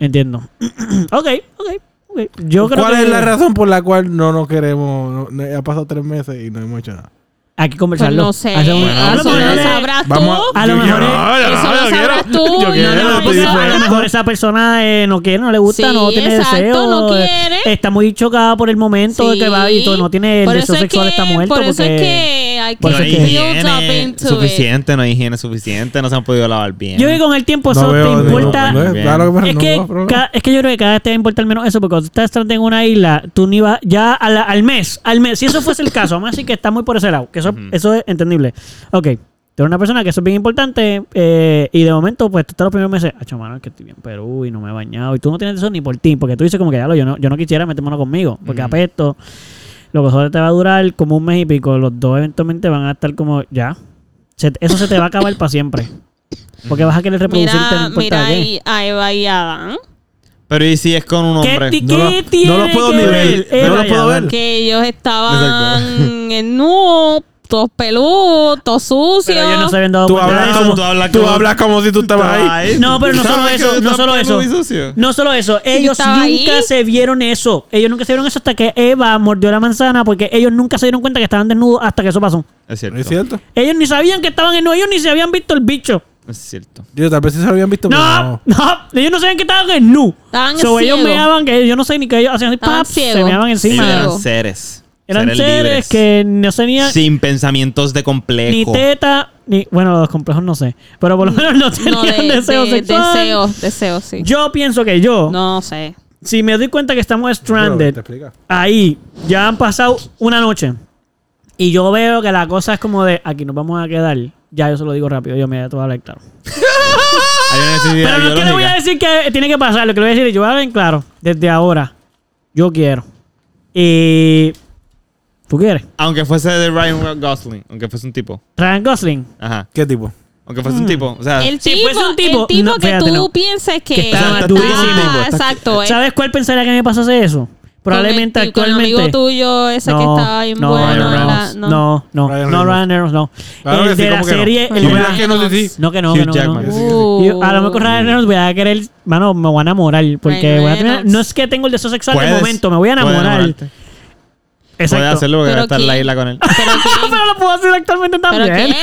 Entiendo. [CLEARS THROAT] ok, ok, ok. Yo creo
¿Cuál
que
es la razón por la cual no nos queremos? no- no- ha pasado tres meses y no hemos hecho nada.
Hay que
Pues
conversarlo.
no sé.
Hacer un-
Bueno,
a lo
eso
mejor
sí.
lo
es-
sabrás tú.
Vamos
a lo
yo
mejor
quiero-
es-
Eso
yo
lo
quiero.
sabrás tú.
Yo quiero,
No, no, no,
yo estoy
Porque
eso-
a lo
dispuesto.
mejor esa persona eh, no quiere, no le gusta,
Sí,
no tiene
exacto,
deseo.
no
eh,
quiere.
Está muy chocada por el momento de que va y todo, no tiene el
Por eso
deseo
es
sexual,
que-
está muerto.
Por eso
porque...
es que hay
No
que
Por eso
hay
es que-
build up
higiene
into it.
suficiente, no hay higiene suficiente, no se han podido lavar bien.
Yo creo que con el tiempo
No
eso
veo
te
ningún-
importa.
no es-
Bien.
claro que me-
es,
no
que
veo problema.
ca- es que yo creo que cada vez te va a importar menos eso, porque cuando tú estás estando en una isla, tú ni vas ya a la- al mes, al mes. Si eso fuese el caso, [LAUGHS] vamos a decir que está muy por ese lado, que eso, eso es entendible. Ok, tú eres una persona que eso es bien importante eh, y de momento, pues tú estás los primeros meses, ah, mano, es que estoy bien en Perú y no me he bañado y tú no tienes eso ni por ti, porque tú dices como que ya lo, yo no, yo no quisiera meter mano conmigo, porque apesto. Lo que solo te va a durar como un mes y pico, los dos eventualmente van a estar como ya. Se- eso se te va a acabar para siempre. Porque vas a querer reproducirte no
Mira,
importa
mira
qué.
ahí, a Eva y Adán.
Pero ¿y si es con un
¿Qué,
hombre?
ti-
No
qué
lo-
tiene
no lo puedo
que
ni
ver?
ver, no lo
Eva y
puedo
Adán?
ver.
Que ellos estaban en nu, todos peludos, todos sucios.
Pero ellos no se habían dado
Tú
cuenta de
hablas,
eso.
como,
Tú hablas
tú
como-
hablas como si tú estabas ahí.
Ay,
No, pero no solo
¿sabes
eso,
que
no
está
solo
peludo y
eso.
sucio?
No solo eso, ellos
estaba
nunca
ahí.
se vieron eso. Ellos nunca se vieron eso hasta que Eva mordió la manzana porque ellos nunca se dieron cuenta que estaban desnudos hasta que eso pasó.
Es cierto.
¿Es cierto?
Ellos ni sabían que estaban en ellos ni se habían visto el bicho.
Es cierto.
Yo tal vez sí se lo habían visto, pero
No,
no.
no, ellos no sabían que estaban en nu.
Estaban
So, ellos
ciegos.
meaban que yo no sé ni que ellos hacían así,
Estaban
pap, se
ciegos.
meaban
Ellos
encima.
eran
Ciegos.
seres.
Eran seres
libres,
que no tenían
Sin pensamientos de
ni
complejo.
teta, ni. Bueno, los complejos no sé. Pero por lo menos no
Mm. No,
tenían
de,
deseo
de-
sexual.
deseos, deseos, sí.
Yo pienso que yo.
No sé.
si me doy cuenta que estamos
Pero,
stranded,
Te explica.
ahí ya han pasado una noche y yo veo que la cosa es como de aquí nos vamos a quedar, ya yo se lo digo rápido, yo me voy a hablar claro.
Hay una necesidad
Pero no es que le voy a
biológica.
decir que tiene que pasar, lo que le voy a decir es yo voy a hablar en claro, desde ahora, yo quiero. Y... ¿Tú quieres?
Aunque fuese de Ryan Gosling, aunque fuese un tipo.
Ryan Gosling.
Ajá.
¿Qué tipo?
Aunque
Mm.
fuese un tipo. O sea,
El
Si
tipo,
fuese un tipo,
el tipo
no,
que
fíjate,
tú
no.
pienses que,
Que está
está-
durísimo.
Exacto. eh.
¿Sabes cuál pensaría que me pasase eso? Probablemente
Con el- con el
actualmente...
amigo tuyo, ese que estaba bien
no,
bueno.
Ryan
en la-
Reynolds.
no, no, no, no,
Ryan Reynolds.
Ryan Reynolds, no.
Claro que
el
sí,
de la
¿cómo que no?
serie, el
No
de
me
la-
digas
que no, sí, sí.
no que no,
Hugh
que no, que no.
Jackman.
Uh.
Yo, a lo mejor Ryan Reynolds voy a querer, mano, me voy a enamorar porque
Ryan
voy a tener,
Reynolds.
no es que tengo el deseo sexual de
puedes-
momento, me voy a
puedes
enamorar.
enamorarte. Puedes
[LAUGHS] Exacto.
hacerlo porque
Pero
va a estar en la
¿quién?
isla con él.
Pero quién,
Pero lo puedo hacer actualmente
pero
también.
quién.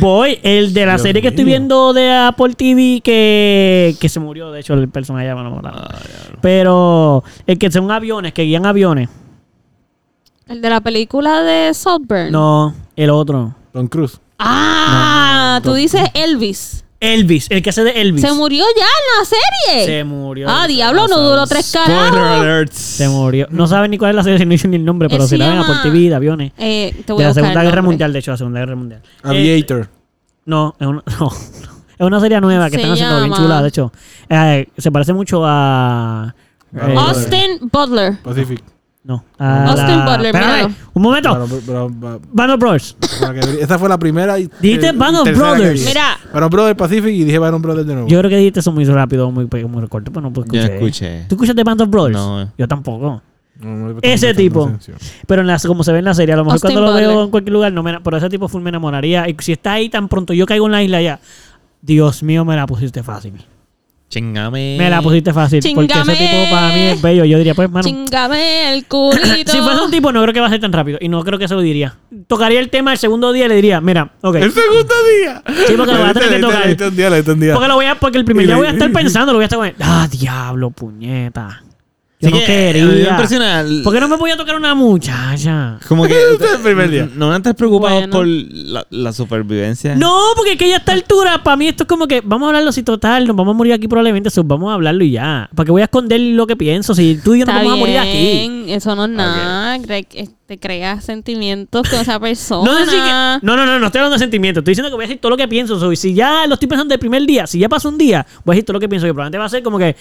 Voy, el de la
Dios
serie que estoy
mío.
viendo de Apple TV que, que se murió, de hecho, el personaje ya me lo mataron.
Ah.
Pero el que son aviones, que guían aviones.
El de la película de Saltburn.
No, el otro.
Don Cruz.
Ah, tú dices Elvis.
Elvis, el que hace de Elvis.
Se murió ya en la serie.
Se murió.
Ah, diablo, no duró tres
Spoiler
carajos.
alert.
Se murió. No saben ni cuál es la serie, [LAUGHS] si no dicen ni el nombre, pero
Él
se
se
la ven a por
llama-
TV de aviones.
Eh, te voy
De la
a buscar el
Segunda Guerra
nombre.
Mundial, de hecho, la Segunda Guerra Mundial.
Ah,
Eh,
Aviator.
no, es una, [LAUGHS] no, es una serie nueva que
Se
están haciendo bien
llama-
chula, de hecho. Eh, se parece mucho a.
Ah,
eh,
Austin Butler.
Pacific.
No. a
Austin
la-
Butler,
Espérame,
míralo.
un momento.
Bueno, pero- pero-
Banner Bros.
pero- pero- Esa fue la primera y.
Dijiste
eh,
Band of
tercera que
Brothers.
dije.
Mira.
Band of Brothers Pacific y dije Band of Brothers de nuevo.
Yo creo que dijiste eso muy rápido, muy, muy corto, pero no pude
Yo
escuchar.
escuché.
¿Tú escuchaste Band of Brothers?
No.
Yo tampoco.
No, no le presté
Ese
mucha
tipo.
atención.
Pero en las, como se ve en la serie, a lo mejor
Austin
cuando lo veo
Butler.
en cualquier lugar, no me, pero ese tipo full me enamoraría. Y si está ahí tan pronto, yo caigo en la isla ya. Dios mío, me la pusiste fácil.
Chingame.
Me la pusiste fácil. Porque
Chingame.
ese tipo para mí es bello. Yo diría, pues, mano. [LAUGHS]
Chingame el culito.
Si fuese un tipo, no creo que va a ser tan rápido. Y no creo que se lo diría. Tocaría el tema el segundo día y le diría, mira, ok.
El segundo día.
Sí, porque lo
[LAUGHS]
voy a tener que tocar.
entendía, lo entendía.
Porque, lo voy a, porque el primer día voy a estar pensando, lo voy a estar con Ah, diablo, puñeta. Yo
Así
no
que, eh, a mí me
quería.
impresiona.
¿Por qué no me voy a tocar una muchacha?
Como
[LAUGHS]
que.
Desde el primer día.
No, no estás preocupado
Bueno.
por la, la supervivencia.
No, porque es que ya a esta altura, para mí esto es como que vamos a hablarlo si total, nos vamos a morir aquí probablemente, so, vamos a hablarlo y ya. ¿Para qué voy a esconder lo que pienso? Si tú y yo nos
Está
vamos a morir aquí.
bien, Eso no es nada. Cre- eh, Te creas sentimientos con esa persona.
No, sé si que- no, no, no, no estoy hablando de sentimientos. Estoy diciendo que voy a decir todo lo que pienso. so, y si ya lo estoy pensando el primer día, si ya pasó un día, voy a decir todo lo que pienso. Que probablemente va a ser como que,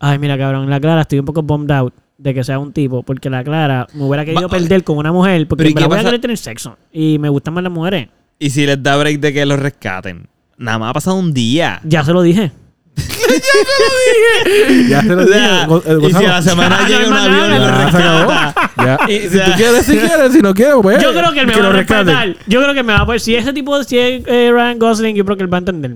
ay, mira, cabrón, la Clara, estoy un poco bombed out de que sea un tipo, porque la Clara me hubiera querido
Va-
perder con una mujer, porque
Pero ¿y
me la
qué
voy a
pasa?
querer tener sexo. Y me gustan más las mujeres.
Y si les da break de que los rescaten. Nada más ha pasado un día.
Ya se lo dije.
Ya se lo
O
dije.
sea,
Go- eh,
y si
Gonzalo.
a la semana
Ah, No hay
llega un
más
avión y
nada,
los
Ya, se acabó.
rescata.
Ya.
Y,
Si tú quieres, si quieres, si no quieres,
Eh,
pues.
Yo creo que él me va
lo
a
rescaten.
respetar. Yo creo que me va a poder. Si ese tipo si es eh, Ryan Gosling, yo creo que él va a entender.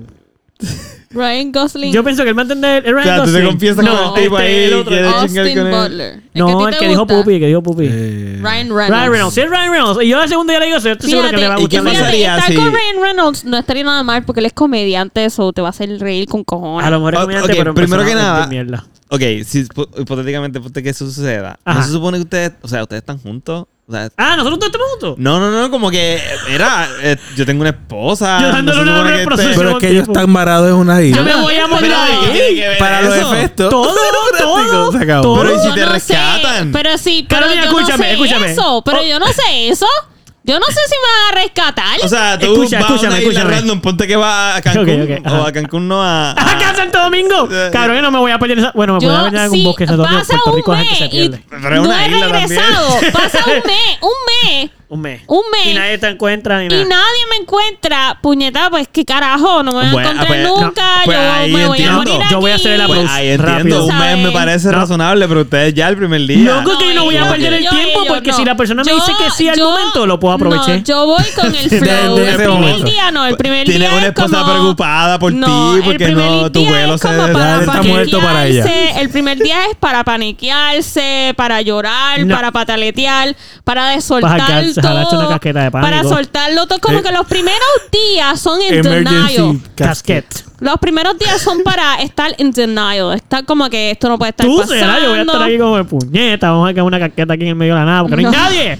Ryan Gosling.
Yo pienso que él va a entender. el Ryan
O sea, tú te
Gosling.
confiesas con el tipo ahí,
el otro.
que-
Ah,
chingar
Austin
con él.
Butler. El
No,
a ti
el
te
que dijo
gusta.
Pupi, el que dijo Pupi.
Eh,
Ryan Reynolds.
Ryan Reynolds, sí es Ryan Reynolds. Y yo al segundo día le digo, yo estoy seguro que le va a
¿y qué
gustar.
fíjate,
más.
pasaría
estar
si-
con Ryan Reynolds no estaría nada mal porque él es comediante, eso te va a hacer reír con cojones.
A lo mejor es
Ok,
comediante, pero
primero
empezó
que
a
nada-
sentir mierda.
Ok, si hipo- hipotéticamente ponte que eso suceda.
Ajá.
¿No se supone que ustedes, o sea, ustedes están juntos? O sea,
Ah, nosotros todos estamos juntos.
no, no, no, como que era, eh, yo tengo una esposa.
Yo dándole
no se
una
supone que
reproceso.
esté-
Pero es que
tipo.
ellos están varados en una
Yo
Ah,
isla.
me voy a morir
Pero, ¿y qué tiene
ahí.
que ver
Para los
eso?
efectos.
Todo, todo,
se acabó.
todo.
Pero ¿y si
Yo
te
no sé,
rescatan?
pero sí, pero
Carolina,
yo no
escúchame,
sé
escúchame.
eso, pero
Oh.
yo no sé eso. Yo no sé si me van a rescatar.
O sea, tú
Escucha,
vas
escúchame,
a una isla
escúchame.
random, ponte que va a Cancún.
Ok, ok, ajá.
o a Cancún no a... a-
¡Ah, acá Santo
[LAUGHS]
Domingo!
Eh,
Cabrón, yo no me voy a perder esa. Bueno, me voy a
yo
venir a algún
sí,
bosque de Santo Domingo.
pasa
Puerto Rico,
un
la gente se
mes y
pierde.
Pero es
no
una
he
isla también. [LAUGHS]
regresado. Pasa un mes, un mes
Un mes.
Un mes.
Y nadie te encuentra ni
y
nada.
nadie me encuentra. Puñeta, pues qué carajo, no me van
Bueno,
a encontrar
pues, no,
nunca.
pues, ahí
yo me voy a
entiendo.
morir
Yo voy a
aquí.
hacer el
Pues
aplauso.
ahí entiendo,
Rápido.
un mes me
¿Sabes?
parece
No.
razonable, pero ustedes ya el primer día.
Loco, que yo no voy a
No,
perder el
yo-
tiempo
yo
porque si
no.
la persona me
Yo-
dice que sí al
yo-
momento, lo puedo aprovechar.
No, yo voy con
[LAUGHS]
el
De-
flow.
de ese
el primer
momento.
día no, el primer
Tiene
día.
una
es
esposa
como-
preocupada por ti,
el
porque
primer
no, tu
día
vuelo
es
se-
como
ya
para
él está muerto para ella.
paniquearse, El primer día es para paniquearse, para llorar,
No.
para pataletear, para desoltar
Para jalarte una
todo.
casqueta de pánico.
para soltarlo todo. Como
Eh.
que los primeros días son en denial.
Emergency
Casquet.
Los primeros días son para estar en denial. Estar como que esto no puede estar
Tú
pasando.
será, yo voy a estar aquí como de puñeta. Vamos a quedar una casqueta aquí en el medio de la nada porque no,
No.
hay nadie.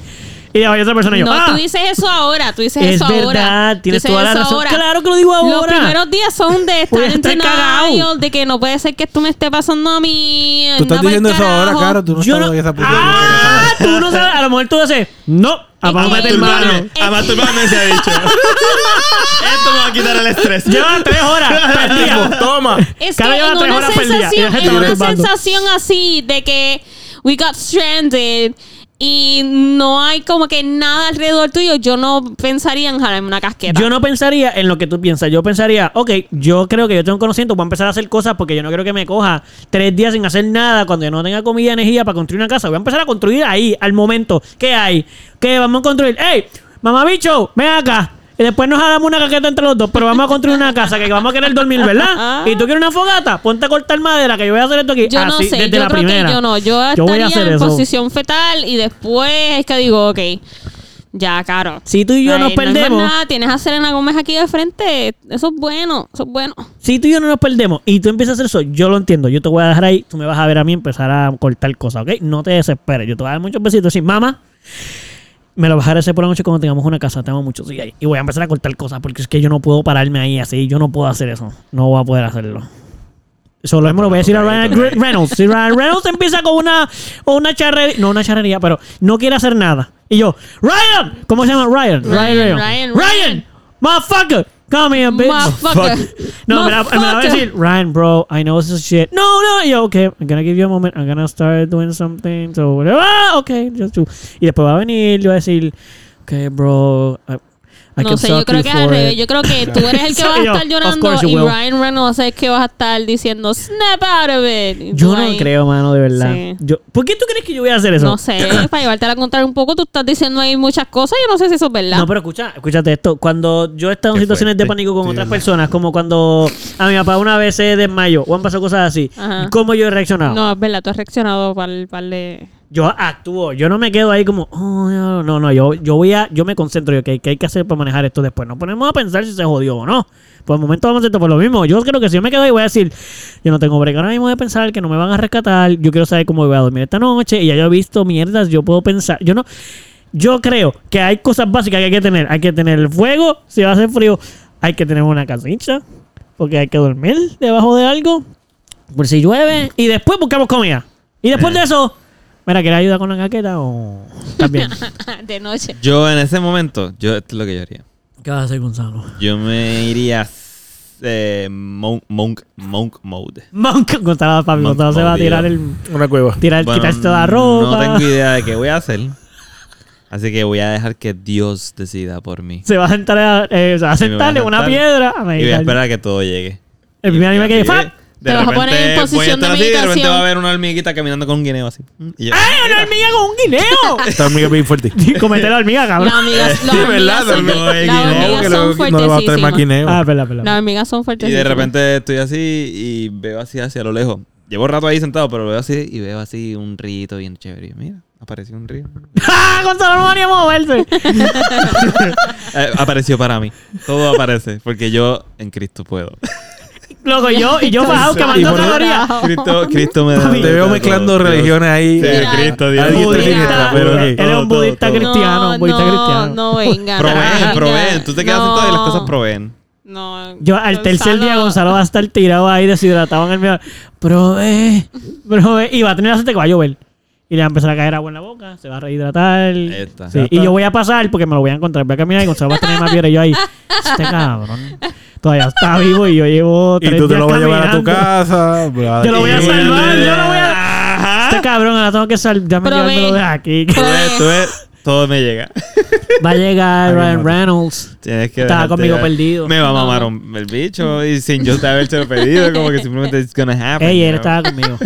Y le vaya otra persona y yo,
No,
¡ah!
tú dices eso ahora, tú dices
Es
eso
verdad,
ahora. tú
tienes
dices
toda la
eso
razón.
ahora.
Claro que lo digo
Los
ahora.
primeros días son de estar
Voy a estar cagao.
entrenado, de que no puede ser que esto me esté pasando a mí.
Tú
anda
estás
pa'l
diciendo eso ahora,
carajo.
Caro. Tú no
Yo
sabes
no.
todavía esa puta.
Ah, tú no sabes. A lo mejor tú haces. No, a mamá
que-
del mano.
A masturbarme se ha dicho. Esto me va a quitar el estrés.
[LAUGHS] Lleva tres horas perdidas.
Toma.
Es
Cada
que
día
en
van tres
una
horas por día, y este la
sensación,
gente
en
va
una
tumbando.
sensación así de que we got stranded y no hay como que nada alrededor tuyo, yo no pensaría en jalarme una casqueta.
Yo no pensaría en lo que tú piensas. Yo pensaría, ok, yo creo que yo tengo conocimiento, voy a empezar a hacer cosas porque yo no quiero que me coja tres días sin hacer nada cuando yo no tenga comida y energía para construir una casa. Voy a empezar a construir ahí, al momento. ¿Qué hay? ¿Qué vamos a construir? ¡Ey! Mamá bicho, ven acá. Y después nos hagamos una caqueta entre los dos, pero vamos a construir una casa que vamos a querer dormir, ¿verdad? ¿Y tú quieres una fogata? Ponte a cortar madera, que yo voy a hacer esto aquí.
Ah. Yo no
Así,
sé,
desde
yo
la
creo
primera.
que yo no. Yo estaría
voy a hacer
en
eso.
posición fetal y después es que digo, ok, ya, caro.
Si tú y yo
Ay,
nos
no es más
perdemos-
nada, tienes a Selena Gómez aquí de frente. Eso es bueno, eso es bueno.
Si tú y yo no nos perdemos y tú empiezas a hacer eso, yo lo entiendo. Yo te voy a dejar ahí, tú me vas a ver a mí empezar a cortar cosas, ¿ok? No te desesperes. Yo te voy a dar muchos besitos y decir, mamá, me lo vas a agradecer por la noche cuando tengamos una casa. Te amo mucho. Sí, ahí. Y voy a empezar a cortar cosas porque es que yo no puedo pararme ahí así. Yo no puedo hacer eso. No voy a poder hacerlo. Solo me lo voy a decir a Ryan Gre- Reynolds. Si Ryan Reynolds empieza con una, con una charrería, no una charrería, pero no quiere hacer nada. Y yo, Ryan, ¿cómo se llama Ryan? Ryan, Reynolds.
Ryan,
Ryan, motherfucker, come here, bitch.
Motherfucker.
No, me la, me la va a
Motherfucker.
decir, Ryan, bro, I know this is shit. No, no, yo, okay, I'm gonna give you a moment, I'm gonna start doing something, so whatever, ah, okay, just do. Y después va a venir, yo voy a decir, okay, bro, I, I
No
can
sé,
suck
yo creo
you
que es al
for
revés.
it.
Yo creo que tú
[LAUGHS]
eres el que vas a
Soy yo.
estar
Of
llorando
course you
y
will.
Ryan Reynolds es el que vas a estar diciendo snap out of it. Y
Yo
tú
no
ahí,
creo, mano, de verdad.
Sí.
Yo, ¿Por qué tú crees que yo voy a hacer eso?
No sé, para llevarte a contar un poco, tú estás diciendo ahí muchas cosas. Yo no sé si eso es verdad.
No, pues, pero escucha, escúchate esto. Cuando yo he estado en
Qué
situaciones de
fuerte.
pánico con
Sí,
otras
verdad.
personas, como cuando a mi papá una vez se desmayó o han pasado cosas así,
Ajá.
¿cómo yo he reaccionado?
No, es verdad, tú has reaccionado para el par de. [LAUGHS]
Yo actúo, yo no me quedo ahí como, "Oh, no, no, no, yo, yo voy a, yo me concentro, yo, ¿qué, qué hay que hacer para manejar esto después? No ponemos a pensar si se jodió o no. Por el momento vamos a hacer por lo mismo. Yo creo que si yo me quedo ahí voy a decir, yo no tengo break ahora mismo de pensar que no me van a rescatar, yo quiero saber cómo voy a dormir esta noche y ya yo he visto mierdas, yo puedo pensar, yo no, yo creo que hay cosas básicas que hay que tener. Hay que tener el fuego, si va a hacer frío, hay que tener una casita, porque hay que dormir debajo de algo, por si llueve, y después buscamos comida. Y después de eso, mira, ¿quieres ayuda con la caqueta o también?
de noche.
Yo en ese momento, yo esto es lo que yo haría.
¿Qué vas a hacer, Gonzalo?
Yo me iría eh, monk, monk, monk mode.
Monk, Gonzalo, papi,
Monk
Gonzalo se va a
mode,
tirar
ya.
el...
Una cueva.
Tirar,
Bueno,
quitarse toda la ropa.
No tengo idea de qué voy a hacer. Así que voy a dejar que Dios decida por mí.
Se va a sentar, a- eh, se va a
Sí, me voy a
sentar en una
sentar
piedra.
Y voy
a
a
meditar.
esperar a que todo llegue.
El primer anime que...
llegue,
¡Fuck!
De
Te vas a
repente
poner en
voy a
posición de
estar así, De repente
meditación.
va a haber una hormiguita caminando con un guineo así. Y yo,
¡Ay, una hormiga con un guineo!
Esta hormiga es bien fuerte.
[LAUGHS]
[LAUGHS] Comete la hormiga,
Las
cabrón. [LAUGHS]
hormigas, las
Sí, ¿verdad?
hormigas son,
No, el
las
guineo,
hormigas
que
son
luego no le va a traer
fuertecísimas.
maquineo.
Ah, espera, espera.
Las hormigas son fuertes.
Y de repente estoy así y veo así hacia lo lejos. Llevo rato ahí sentado, pero veo así y veo así un rito bien chévere. Y Mira, apareció un río.
[LAUGHS] ¡Ah! Gonzalo no va ni a moverse.
Eh, apareció para mí. Todo aparece porque yo en Cristo puedo.
Loco, y yo, y yo bajado
Y
quemando
por-
calorías.
Cristo, Cristo me da.
Te veo mezclando religiones ahí.
Sí,
Mira.
Cristo, Dios.
Alguien
Dios,
te
Dios,
siniestra,
Dios,
pero
Dios,
ok.
todo,
Era un
todo,
budista
todo.
cristiano. un budista cristiano.
No, venga. no venga.
Proveen, proveen. Tú te quedas sentado y las cosas proveen.
No.
Yo al tercer
Gonzalo-
día Gonzalo va a estar tirado ahí deshidratado en el medio. Prove, prove. Y va a tener aceite que va a llover. Y le va a empezar a caer agua en la boca, se va a rehidratar.
está.
Sí, Y yo voy a pasar porque me lo voy a encontrar. Voy a caminar y Gonzalo va a tener más piedra. Y yo ahí, este cabrón todavía está vivo y yo llevo tres
Y tú te
días
lo vas a llevar a tu
caminando.
casa.
Yo lo voy a
[LAUGHS]
Y-
salvar, yo lo voy a... Este cabrón, ahora tengo que salvar. Ya me
Pero
llevármelo
ve.
de aquí.
Tú ves, tú ves, todo me llega.
Va a llegar
Ay,
Ryan
mate.
Reynolds.
Tienes que
Estaba
dejarte
conmigo
llevar.
perdido.
Me va a mamar un- el bicho y sin yo habérselo pedido, como que simplemente it's gonna happen.
Ey,
you
él
know.
estaba conmigo.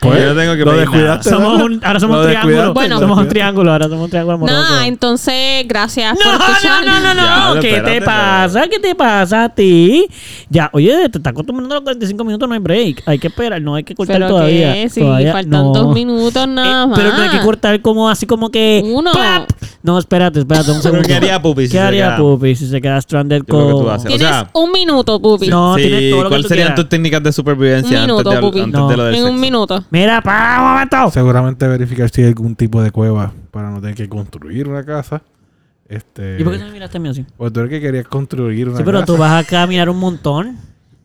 Pues, yo no tengo que
Lo
pedir
descuidaste.
Somos un, ahora somos
Lo
un triángulo.
descuidaste,
Bueno.
somos un triángulo, ahora somos un triángulo amoroso.
Nah, entonces, gracias por
no, no,
escucharnos.
no, no, no,
Diablo,
¿Qué
espérate,
te pasa? ¿Qué te pasa a ti? Ya, oye, te estás acostumbrando a los 45 minutos, no hay break. Hay que esperar, no hay que cortar
Pero
todavía.
que si
Todavía
faltan
no.
dos minutos nada
Eh,
más.
pero no hay que cortar como así como que.
Uno.
¡plap! No, espérate,
[LAUGHS]
espérate un segundo.
¿qué haría Pupi si
¿Qué
se
haría
queda?
Pupi si se queda stranded
Yo creo que
con-
tú haces. O
Tienes
sea-
un minuto, Pupi.
No,
Sí,
tienes todo lo que
¿Cuáles
tú
serían
quieras.
tus técnicas de supervivencia
Un minuto,
antes, de,
Pupi.
antes de
No.
lo del
en
sexo?
un minuto.
Mira, pa, un momento.
Seguramente verificar si hay algún tipo de cueva para no tener que construir una casa. Este,
¿Y por qué tú me miraste a mí así?
Porque tú eres que querías construir una
Sí, pero
casa.
tú vas a caminar un montón.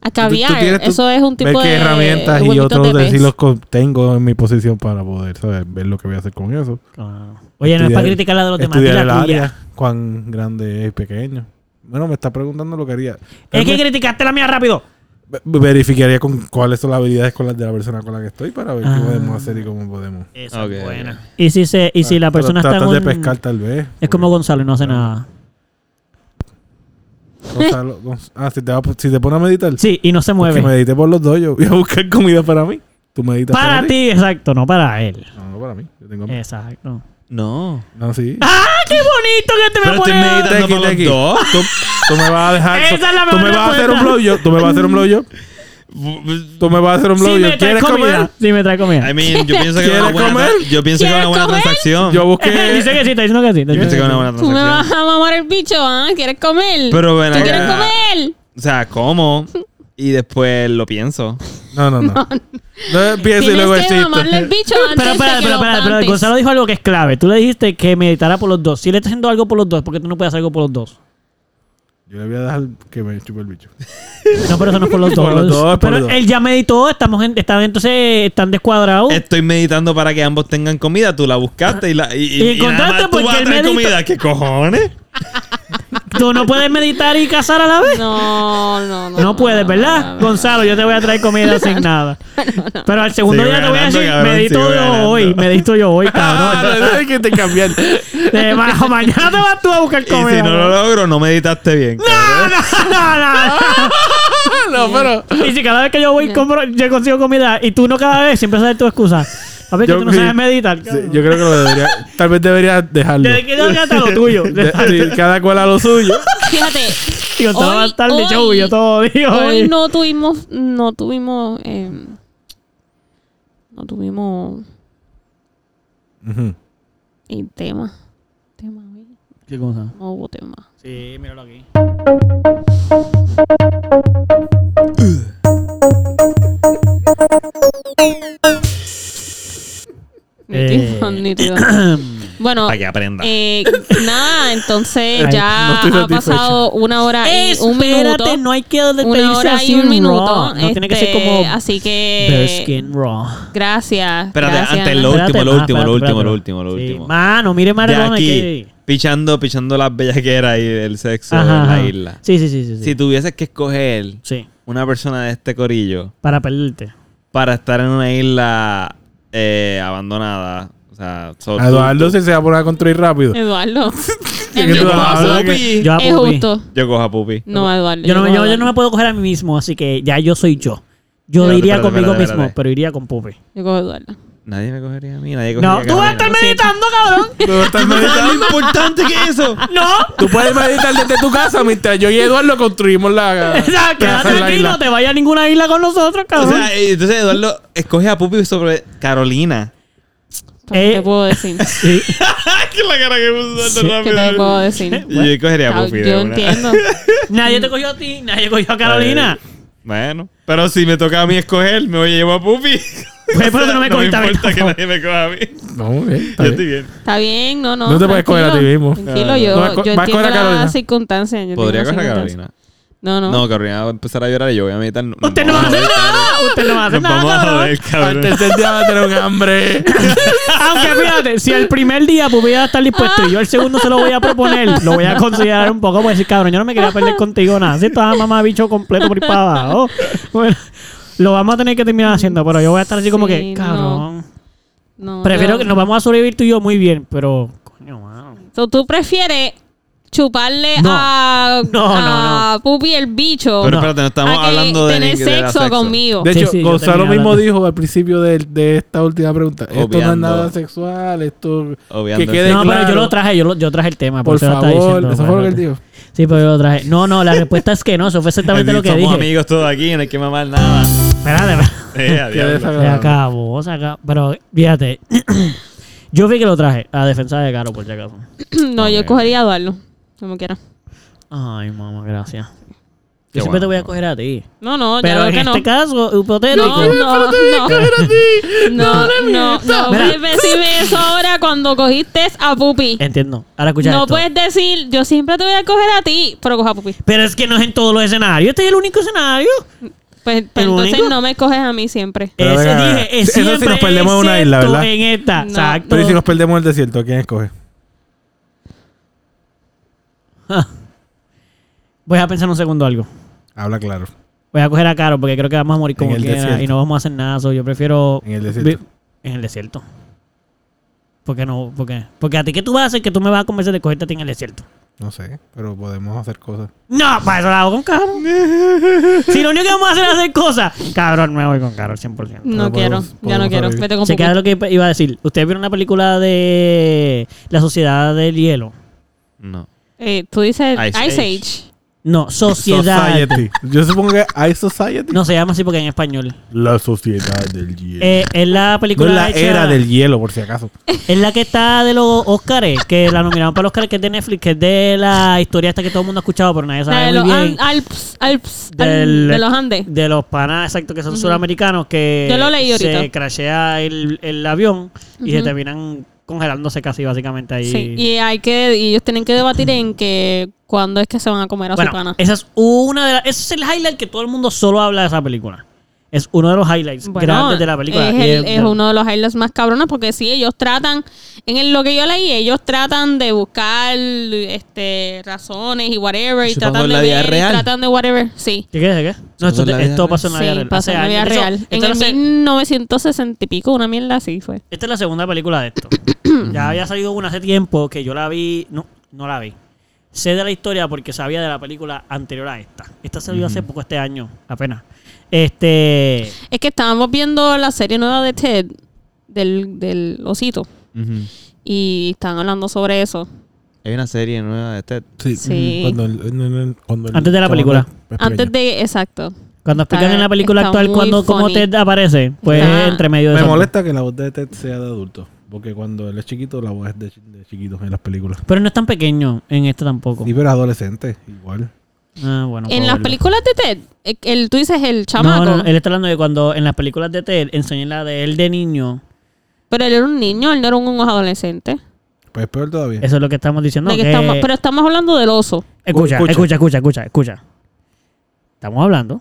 A
Tú- tú tienes
caviar.
tu-
Eso es un
ver
tipo de.
qué herramientas y
huevitos
otros
de pez.
utensilios co- tengo en mi posición para poder saber ver lo que voy a hacer con eso.
Ah.
Claro. Oye, no es
Estudiar-
para criticar la de los demás, di
Estudiar el
la tuya.
área, cuán grande es y pequeño. Bueno, me está preguntando lo que haría.
Es que criticaste la mía rápido.
Ve- Verificaría con cuáles son las habilidades con las de la persona con la que estoy para ver
Ah.
qué podemos hacer y cómo podemos.
Esa
Ok,
es buena. Y si, se, y si la
Tra-
persona está en
tratar de
un-
pescar tal vez.
Es como Gonzalo y no hace nada.
Gonzalo- Gonz- ah, si te, va- si te pone a meditar.
Sí, y no se
Pues
mueve.
Que medite por los dos. Yo voy a buscar comida para mí. Tú meditas
Para Eh. ti, exacto, no para él.
No, no para mí. Yo tengo hambre.
Exacto.
No.
No, sí.
¡Ah, qué bonito que te me
Pero estoy
pones!
meditando
Tequi,
por los
tequi.
dos.
Tú, tú me vas a dejar.
Esa es la
tú me
mejor
vas a hacer
respuesta.
un blowjob. Tú me vas a hacer un blowjob. Tú me vas a hacer un
Si
blowjob.
me trae
¿Quieres
comida.
comer?
Si me trae comida.
I mean, yo pienso que es una
¿Quieres
buena,
comer?
tra- yo pienso que es una buena
¿Quieres comer?
transacción.
Yo
Yo
[LAUGHS] Dice
busqué.
que sí, está diciendo que sí.
pienso
está
que es
diciendo
una
que sí.
buena
Tú me vas
transacción.
a mamar el bicho, ¿ah? ¿Quieres comer?
Pero ven
¿Tú quieres
acá.
comer?
O sea, como y después lo pienso.
No,
[LAUGHS]
no, no. No empieces y
Tienes
luego
que mamarle el
existe.
bicho antes
Pero,
de
espera,
que
pero,
lo
espera, pero
plantes.
Gonzalo dijo algo que es clave. Tú le dijiste que meditara por los dos. Si él está haciendo algo por los dos, porque tú no puedes hacer algo por los dos.
Yo le voy a dejar que me chupe el
[LAUGHS]
bicho.
No, pero eso no es por
[LAUGHS]
los dos.
Por los dos, por
pero
los dos.
él ya meditó, estamos en, están entonces están descuadrados.
Estoy meditando para que ambos tengan comida. Tú la buscaste y la. Y,
Y
y nada más tú
encontraste
vas
porque
a
él
traer
medita.
comida. ¿Qué cojones?
Tú no puedes meditar y casar a la vez.
No, no, no.
No puedes,
no, no,
¿verdad?
no.
Gonzalo, yo te voy a traer
[LAUGHS]
comida sin nada. Pero al segundo
Sigo
día te voy a
ganando,
decir,
cabrón,
medito
sigo
yo
ganando.
hoy, medito yo
[LAUGHS]
hoy, cabrón.
Ah, no, que te cambiar.
Te vas- mañana te vas tú a buscar
Y si
comida.
no lo
[LAUGHS]
logro, no meditaste bien. cabrón.
[LAUGHS] No, pero.
Y si cada vez que yo voy y compro, yo consigo comida y tú no cada vez, siempre sabes tu excusa. Papi, que tú no sabes meditar.
sí,
cabrón.
yo creo que lo debería. Tal vez deberías dejarlo.
Desde que yo
[LAUGHS]
hasta lo tuyo.
De- sí, cada cual a lo suyo.
Fíjate,
[LAUGHS] Yo
Hoy-
estaba tarde,
hoy-
show, yo todo digo.
hoy no tuvimos, no tuvimos, eh, no tuvimos
Ujú.
el tema. Tema, hoy.
¿Qué cosa?
no hubo tema.
Sí, míralo aquí.
Nítido,
Eh.
nítido.
[COUGHS]
Bueno,
Para que aprenda.
eh, nada, entonces
Ay,
no
ya
estoy
ha
satisfecho.
pasado una hora y un minuto.
Espérate, no hay que
una
despedirse
hora
así
y un minuto.
raw. No tiene que ser
este,
como
Así
bare
que.
skin raw.
Gracias.
Espérate,
gracias,
antes
Ana.
lo último,
Espérate,
lo
más,
último, lo
espérate,
último, lo
espérate.
último, lo
Sí,
último.
Mano, mire
De
Maradona
aquí,
que...
pichando, pichando las bellaqueras y el sexo en la isla.
Sí, sí, sí, sí. sí.
Si tuvieses que escoger
Sí,
una persona de este corillo
para perderte.
para estar en una isla eh, abandonada, o sea, so- tú-
Eduardo, si se va a poner a construir
Eh.
rápido. [LAUGHS]
Eduardo.
que
El
tú
mismo
hablas
vaso.
que-
Yo, a
es
Pupi.
justo.
yo cojo a Pupi.
No, Eduardo.
Yo no, me-
cojo
yo,
a
yo no me
Eduardo.
puedo coger a mí mismo, así que ya yo soy yo. Yo
Espérate,
iría
espérate,
conmigo
espérate,
mismo,
espérate.
pero iría con Pupi.
Yo cojo a Eduardo.
Nadie me cogería a mí, nadie cogería
No,
a
tú vas a estar
Carolina.
meditando, cabrón.
Tú
[LAUGHS]
estás
¿Sabes
meditando.
lo importante que es eso? [LAUGHS]
No.
Tú puedes meditar desde tu casa mientras yo y Eduardo construimos la.
Exacto,
la-
quédate
la
aquí,
isla.
no te vayas a ninguna isla con nosotros,
O
cabrón.
sea, eh, entonces Eduardo escoge a Pupi sobre Carolina.
Eh.
¿Qué te
[LAUGHS]
puedo decir?
Sí. [LAUGHS]
que la cara que puso
Sí.
¿Qué te puedo decir?
Y yo cogería a
Chao,
Pupi. de
yo
pues, una.
entiendo.
nadie te cogió a ti, nadie cogió a Carolina.
Eh, bueno, pero si me toca a mí escoger, me voy a llevar a Pupi.
Pues,
[LAUGHS]
pero tú no
me
me cogiste a mí
importa que
tampoco.
nadie me coja a mí.
No, muy bien,
Yo
está bien.
estoy bien.
Está bien, no, no.
No te puedes
tranquilo.
coger a ti mismo.
Tranquilo,
Ah,
yo, yo
no. No, vas a
entiendo
coger a Carolina.
las circunstancias. yo entiendo
Podría
las
coger a
circunstancias.
Carolina.
No, no.
No, Carolina va a empezar a llorar y yo voy a meditar. No,
Usted no va a hacer nada. Usted no va a hacer
Nos vamos
nada,
a
cabrón.
joder,
Al
cabrón.
tercer día va a tener un hambre.
Aunque fíjate, si el primer día pues, voy a estar dispuesto y yo el segundo se lo voy a proponer, lo voy a considerar un poco, voy a decir, cabrón, yo no me quería perder contigo nada. Si estaba mamá bicho completo por ir para abajo. Bueno, lo vamos a tener que terminar haciendo, pero yo voy a estar así como
Sí,
que,
no.
cabrón.
no,
Prefiero
yo-
que nos vamos a sobrevivir tú y yo muy bien, pero. Coño, mano.
So, ¿Tú prefieres chuparle
No.
a,
No, no,
a Pupi el bicho?
Pero espérate, no estamos
a Ah, que
hablando de
tener
ni- de la
sexo, conmigo.
De
Sí,
hecho,
sí, yo
Gonzalo
terminé
mismo
hablando.
dijo al principio de, de esta última pregunta: Esto no es
Obviando.
nada sexual, esto.
Obviando
que
el
quede
No,
claro.
pero yo lo traje, yo, lo- yo traje el tema.
por
eso lo estaba
favor,
diciendo,
eso fue lo que él
espérate.
dijo.
Sí, pero yo lo traje. No, no, la respuesta es que no, eso fue exactamente lo que
Somos
dije.
amigos todos aquí, no hay que mamar nada.
Espérate, espérate.
Eh, a
[LAUGHS]
diablo.
Qué
Se
desagradable.
acabó, se acabó. Pero fíjate, [CLEARS THROAT] yo vi que lo traje a defensa de Caro, por si acaso.
[CLEARS THROAT] no, yo
Ok.
cogería a Eduardo. Como quiera.
Ay, mamá, gracias.
Qué
siempre te
bueno,
voy a
qué
coger a ti.
No, no, ya
Pero
veo
en
que no.
este caso, hipotético.
No, no, no. [LAUGHS] No, no, no.
Mira.
puedes decirme eso ahora cuando cogiste a Pupi.
Entiendo. Ahora Eh, escucha
No
esto.
puedes decir, yo siempre te voy a coger a ti, pero coja a Pupi.
Pero es que no es en todos los escenarios. Este es el único escenario.
Pues,
¿El
pero entonces
único? Eh,
no me coges a mí siempre.
Pero
Ese
venga,
dije, es
eso sí nos
siempre,
perdemos en una
excepto
isla, ¿verdad?
En esta.
No.
Exacto.
Pero ¿y si nos perdemos en el desierto, ¿quién escoge?
[LAUGHS] Voy a pensar un segundo algo.
Habla claro.
Voy a coger a Caro porque creo que vamos a morir como
En el
quiera
desierto.
y no vamos a hacer nada. so yo prefiero.
En el desierto.
vi- En el desierto. ¿Por qué no? ¿Por qué? Porque a ti, ¿qué tú vas a hacer que tú me vas a convencer de cogerte a ti en el desierto?
No sé, pero podemos hacer cosas.
No, para eso la hago con Caro. si lo único que vamos a hacer es hacer cosas, cabrón, me voy con Caro 100%.
No
Ahora
quiero,
podemos-
ya no
podemos
quiero.
abrir.
Vete con
Se queda
Pupi.
lo que iba a decir. ¿Ustedes vieron una película de La Sociedad del Hielo?
No.
Eh, tú dices
Ice
Ice,
Age.
Age.
No, Sociedad.
Society. Yo supongo que hay Society.
No se llama así porque en español.
La sociedad del hielo.
Eh, es la
no
película.
es la
hecha-
era del hielo, por
[LAUGHS]
si acaso.
Es la que está de los Óscares, que la nominaron para los Óscares, que es de Netflix, que es de la historia esta que todo el mundo ha escuchado, pero nadie
La
sabe
de
muy
los
bien.
An- Alps, Alps, Al-
Del-
de los Andes.
De los panas, exacto, que son
Ujú.
suramericanos, que
Yo lo leí
se
ahorita.
crashea el, el avión y se
Ujú.
terminan congelándose casi, básicamente ahí.
Sí, y hay que, y ellos tienen que debatir en que cuándo es que se van a comer a
bueno,
su pana.
esa es una de las. Ese es el highlight que todo el mundo solo habla de esa película. Es uno de los highlights
Bueno,
grandes de la película.
Es,
Y
el- es uno de los highlights más cabrones porque sí, ellos tratan, en el- lo que yo leí, ellos tratan de buscar este razones y whatever, y
Eso pasó
tratan
en
de
la vida
ver, y
real.
tratan de whatever. Sí.
¿Qué, qué, qué? No, esto,
Pasó en la vida
esto
real.
pasó en la
sí,
vida real.
pasó
hace
en la vida
años. Esto-
real.
esto no
en
se-
el 1960 y pico, una mierda así fue.
Esta es la segunda película de
[COUGHS]
esto. ya había salido una hace tiempo que yo la vi. No, no la vi. Sé de la historia porque sabía de la película anterior a esta. Esta salió hace poco este año, apenas. Este.
Es que estábamos viendo la serie nueva de Ted, del, del osito,
Ujú.
y estaban hablando sobre eso.
Pues, Hay una serie nueva de Ted.
Sí.
Cuando el- no, no, no, cuando el
Antes de la
chamaco
película.
es
Antes
pequeño.
de, exacto.
Cuando
Está-
explican en la película
está
actual
muy
cuando cómo
funny.
Ted aparece, pues
Está-
entre medio de
Me
eso.
molesta que la voz de Ted sea de adulto. Porque cuando él es chiquito, la voz es de, chi- de chiquito en las películas.
Pero no es tan pequeño en esta tampoco.
Sí, pero adolescente, igual.
Ah, bueno.
en
puedo
las
verlo.
películas de Ted, el, el- tú dices el
No,
chamaco,
no, no, él está hablando de cuando en las películas de Ted enseñan la de él de niño.
pero él era un niño, él no era un, un adolescente.
Pues peor todavía.
Eso es lo que estamos diciendo.
De que
que-
estamos- pero estamos hablando del oso.
Escucha,
Escucha.
escucha, escucha, escucha, escucha. Estamos hablando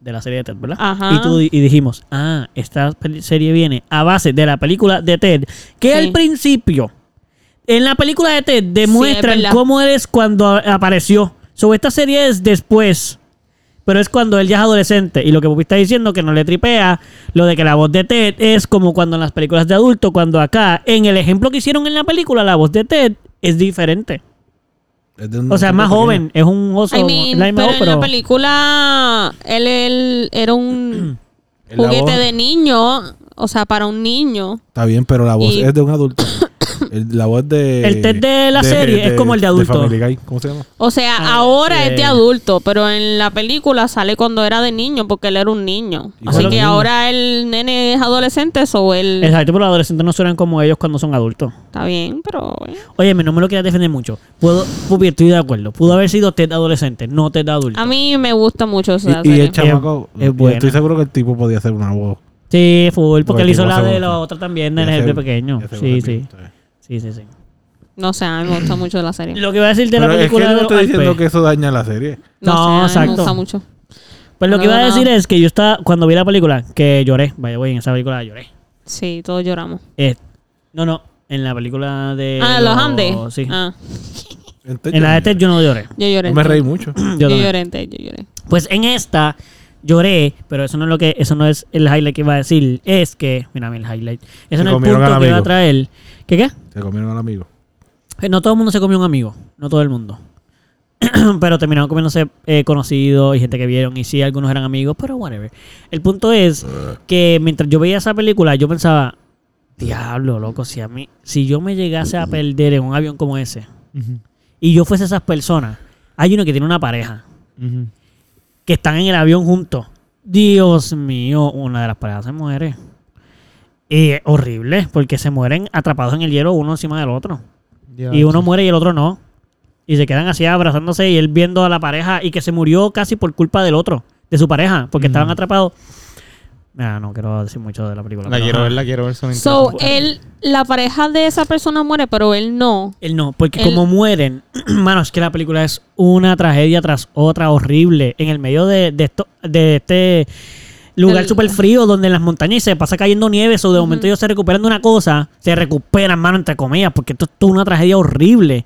de la serie de Ted, ¿verdad?
Ajá.
Y, tú, di- y dijimos, ah, esta peli- serie viene a base de la película de Ted, que
Sí.
al principio, en la película de Ted, demuestran
verdad.
cómo eres cuando a- apareció. Sobre esta serie es después, pero es cuando él ya es adolescente. Y lo que Pupi está diciendo, que no le tripea, lo de que la voz de Ted es como cuando en las películas de adulto, cuando acá, en el ejemplo que hicieron en la película, la voz de Ted es diferente.
Es de un
O sea, es más
adolescente
joven, es un oso.
I mean,
la misma
pero
voz,
en la
pero-
película él, él era un
pequeño. La
juguete
voz-
de niño, o sea, para un niño.
Está bien, pero la voz
Y-
es de
[COUGHS]
un adulto. El- la voz de.
El Ted de la serie es como el de adulto.
Family Guy. ¿Cómo se llama?
O sea,
Ah,
ahora
sí.
es de adulto, pero en la película sale cuando era de niño, porque él era un niño.
Y
Así
cuando
que
niño.
ahora el nene es adolescente, o él
Exacto, pero los adolescentes no suenan como ellos cuando son adultos.
está bien, pero eh,
Oye, no me lo quieras defender mucho. Puedo, Pupi, estoy de acuerdo. Pudo haber sido Ted adolescente, no Ted adulto.
a mí me gusta mucho esa
Y, y
serie.
el chamaco.
Es- es
y
buena.
estoy seguro que el tipo podía hacer una voz.
Sí, full, porque
Porque
él hizo
tipo
la
hace
de
voz,
la
¿no?
otra también,
Ya
en el
se-
de pequeño.
ya se
Sí,
va a
sí.
sentir, está bien.
Sí, sí, sí.
No sé, a mí me gusta mucho la serie.
Lo que iba a decir de
Pero
la
es que
película
yo
de
no
los
estoy diciendo
Alpes.
que eso daña la serie.
No,
No,
sé, a mí
exacto.
me gusta mucho.
Pues lo que iba a
No, no,
decir
no.
es que yo estaba, cuando vi la película, que lloré. Vaya, güey, en esa película lloré.
Sí, todos lloramos.
Eh, no, no, en la película de.
ah, los Andes.
Sí.
Ah,
Entonces,
en la de
yo-
Ted yo no lloré. [CLEARS THROAT]
yo lloré.
yo me
en
reí mucho.
Yo
Ted. Yo,
también.
lloré, en Ted, yo lloré.
Pues en esta lloré, pero eso no es lo que, eso no es el highlight que iba a decir. Es que, mira mi highlight. Eso
Se
no es el
comieron
punto
al
que iba a
amigo.
traer. ¿Qué qué?
Se comieron al amigo.
Eh, No todo el mundo se comió un amigo, no todo el mundo. [CLEARS THROAT] pero terminaron comiéndose eh, conocidos y gente que vieron. Y sí, algunos eran amigos, pero whatever. El punto es que mientras yo veía esa película, yo pensaba, diablo, loco, si a mí, si yo me llegase a perder en un avión como ese, y yo fuese esas personas, hay uno que tiene una pareja.
Ujú.
que están en el avión juntos. Dios mío, una de las parejas se muere. Eh, Y es horrible, porque se mueren atrapados en el hielo uno encima del otro. Y uno muere y el otro no. Y se quedan así abrazándose y él viendo a la pareja y que se murió casi por culpa del otro, de su pareja, porque estaban atrapados. Mira, no quiero decir mucho de la película.
La
pero-
quiero ver, la quiero ver. eso me
So,
interesa.
él, la pareja de esa persona muere, pero él no.
Él no, porque
Él-
como mueren, [CLEARS THROAT] mano, es que la película es una tragedia tras otra horrible. En el medio de, de esto, de este lugar
Del-
súper frío donde en las montañas se pasa cayendo nieve, o de momento ellos se recuperan de una cosa, se recuperan, mano, entre comillas, porque esto es toda una tragedia horrible.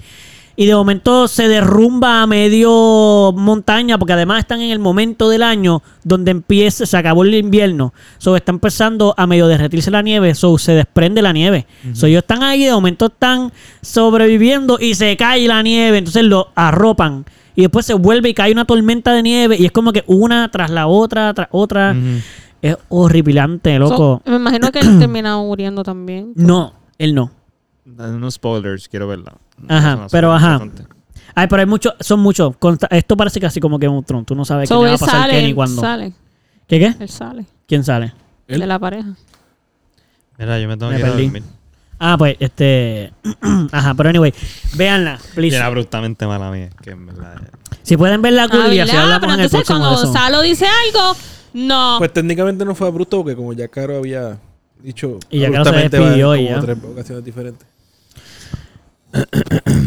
Y de momento se derrumba a medio montaña, porque además están en el momento del año donde empieza, se acabó el invierno. So, está empezando a medio derretirse la nieve, so se desprende la nieve. So, ellos están ahí, de momento están sobreviviendo y se cae la nieve. Entonces lo arropan. Y después se vuelve y cae una tormenta de nieve. Y es como que una tras la otra, tras otra.
Ujú.
Es horripilante, loco.
So, me imagino que
[CLEARS THROAT]
él termina muriendo también.
no, él no.
No spoilers, quiero verla.
Ajá,
Eso no es
pero
súper
ajá.
importante.
Ay, pero hay muchos, son muchos. Consta- Esto parece casi como que un Thrones. Tú no sabes
So,
qué le va a
él
pasar a
sale,
Kenny
él
cuando.
sale,
¿Qué qué?
él sale
¿Quién sale?
¿Él?
de la pareja.
Mira, yo me tengo
Me
que ir a
perdí.
dormir.
Ah, pues, este. [CLEARS THROAT] Ajá, pero anyway, véanla,
Y
please.
era abruptamente mala mía. Que en verdad-
Si pueden ver la
Ah,
cool y así
¿verdad?
hablamos
pero
en el
entonces
próximo
cuando
de eso.
Gonzalo dice algo, no.
Pues técnicamente no fue abrupto porque como ya Caro había dicho...
Y ya Caro se
abruptamente va
despidió
en
y
como
ya.
tres ocasiones diferentes.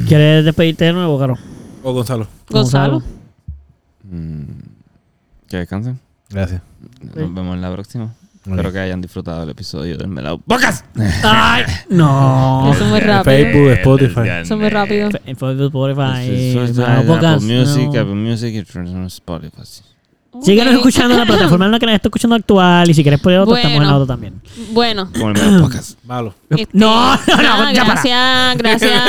¿Quieres despedirte de nuevo, Caro?
O Gonzalo.
Gonzalo.
Mm. Que descansen.
Gracias.
Sí.
Nos vemos en la próxima.
Muy
Espero
bien.
que hayan disfrutado el episodio del Melao Bocas. [LAUGHS]
¡Ay! No.
Eso es muy rápido.
Facebook, Spotify.
Eso es muy rápido.
Fe- Fue Spotify.
Eso es
no,
Apple
podcast,
Music,
no.
Apple Music y Transform Spotify.
[COUGHS]
sí.
Síguenos
Ok.
escuchando
[LAUGHS]
en la plataforma en la que nos está escuchando actual. Y si quieres poner otro, estamos en la
Bueno.
otra también.
Bueno.
[COUGHS]
Como el Melao Bocas.
Malo.
este,
No, [LAUGHS] no, no,
nada,
ya para.
gracias, gracias,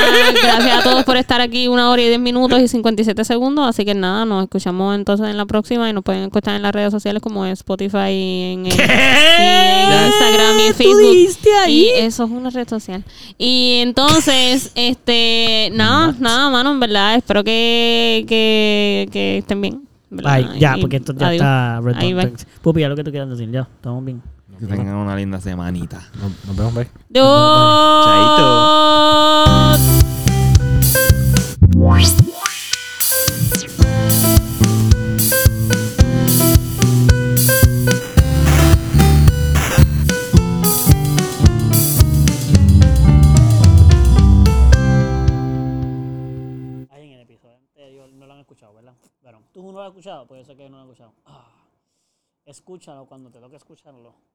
gracias a todos por estar aquí una hora y diez minutos y 57 segundos. Así que nada, nos escuchamos entonces en la próxima y nos pueden escuchar en las redes sociales como en Spotify, en, en- en Instagram y en
¿Tú
Facebook.
diste ahí?
Y eso es una red social. Y
[LAUGHS]
entonces, este, nada, nada, mano, en verdad, espero que, que, que estén bien. ¿verdad?
Ay, ya,
Y
porque esto ya
adiós.
está
Ahí va.
redundante. Pupi, ya lo que tú quieras decir, ya. Estamos bien.
Que tengan una linda semanita.
Nos, nos vemos, bye.
Dios.
Ay, en el episodio anterior no lo han escuchado, ¿verdad? Bueno, tú no lo has escuchado, pues yo sé que no lo han escuchado. Ah, escúchalo cuando te toque escucharlo.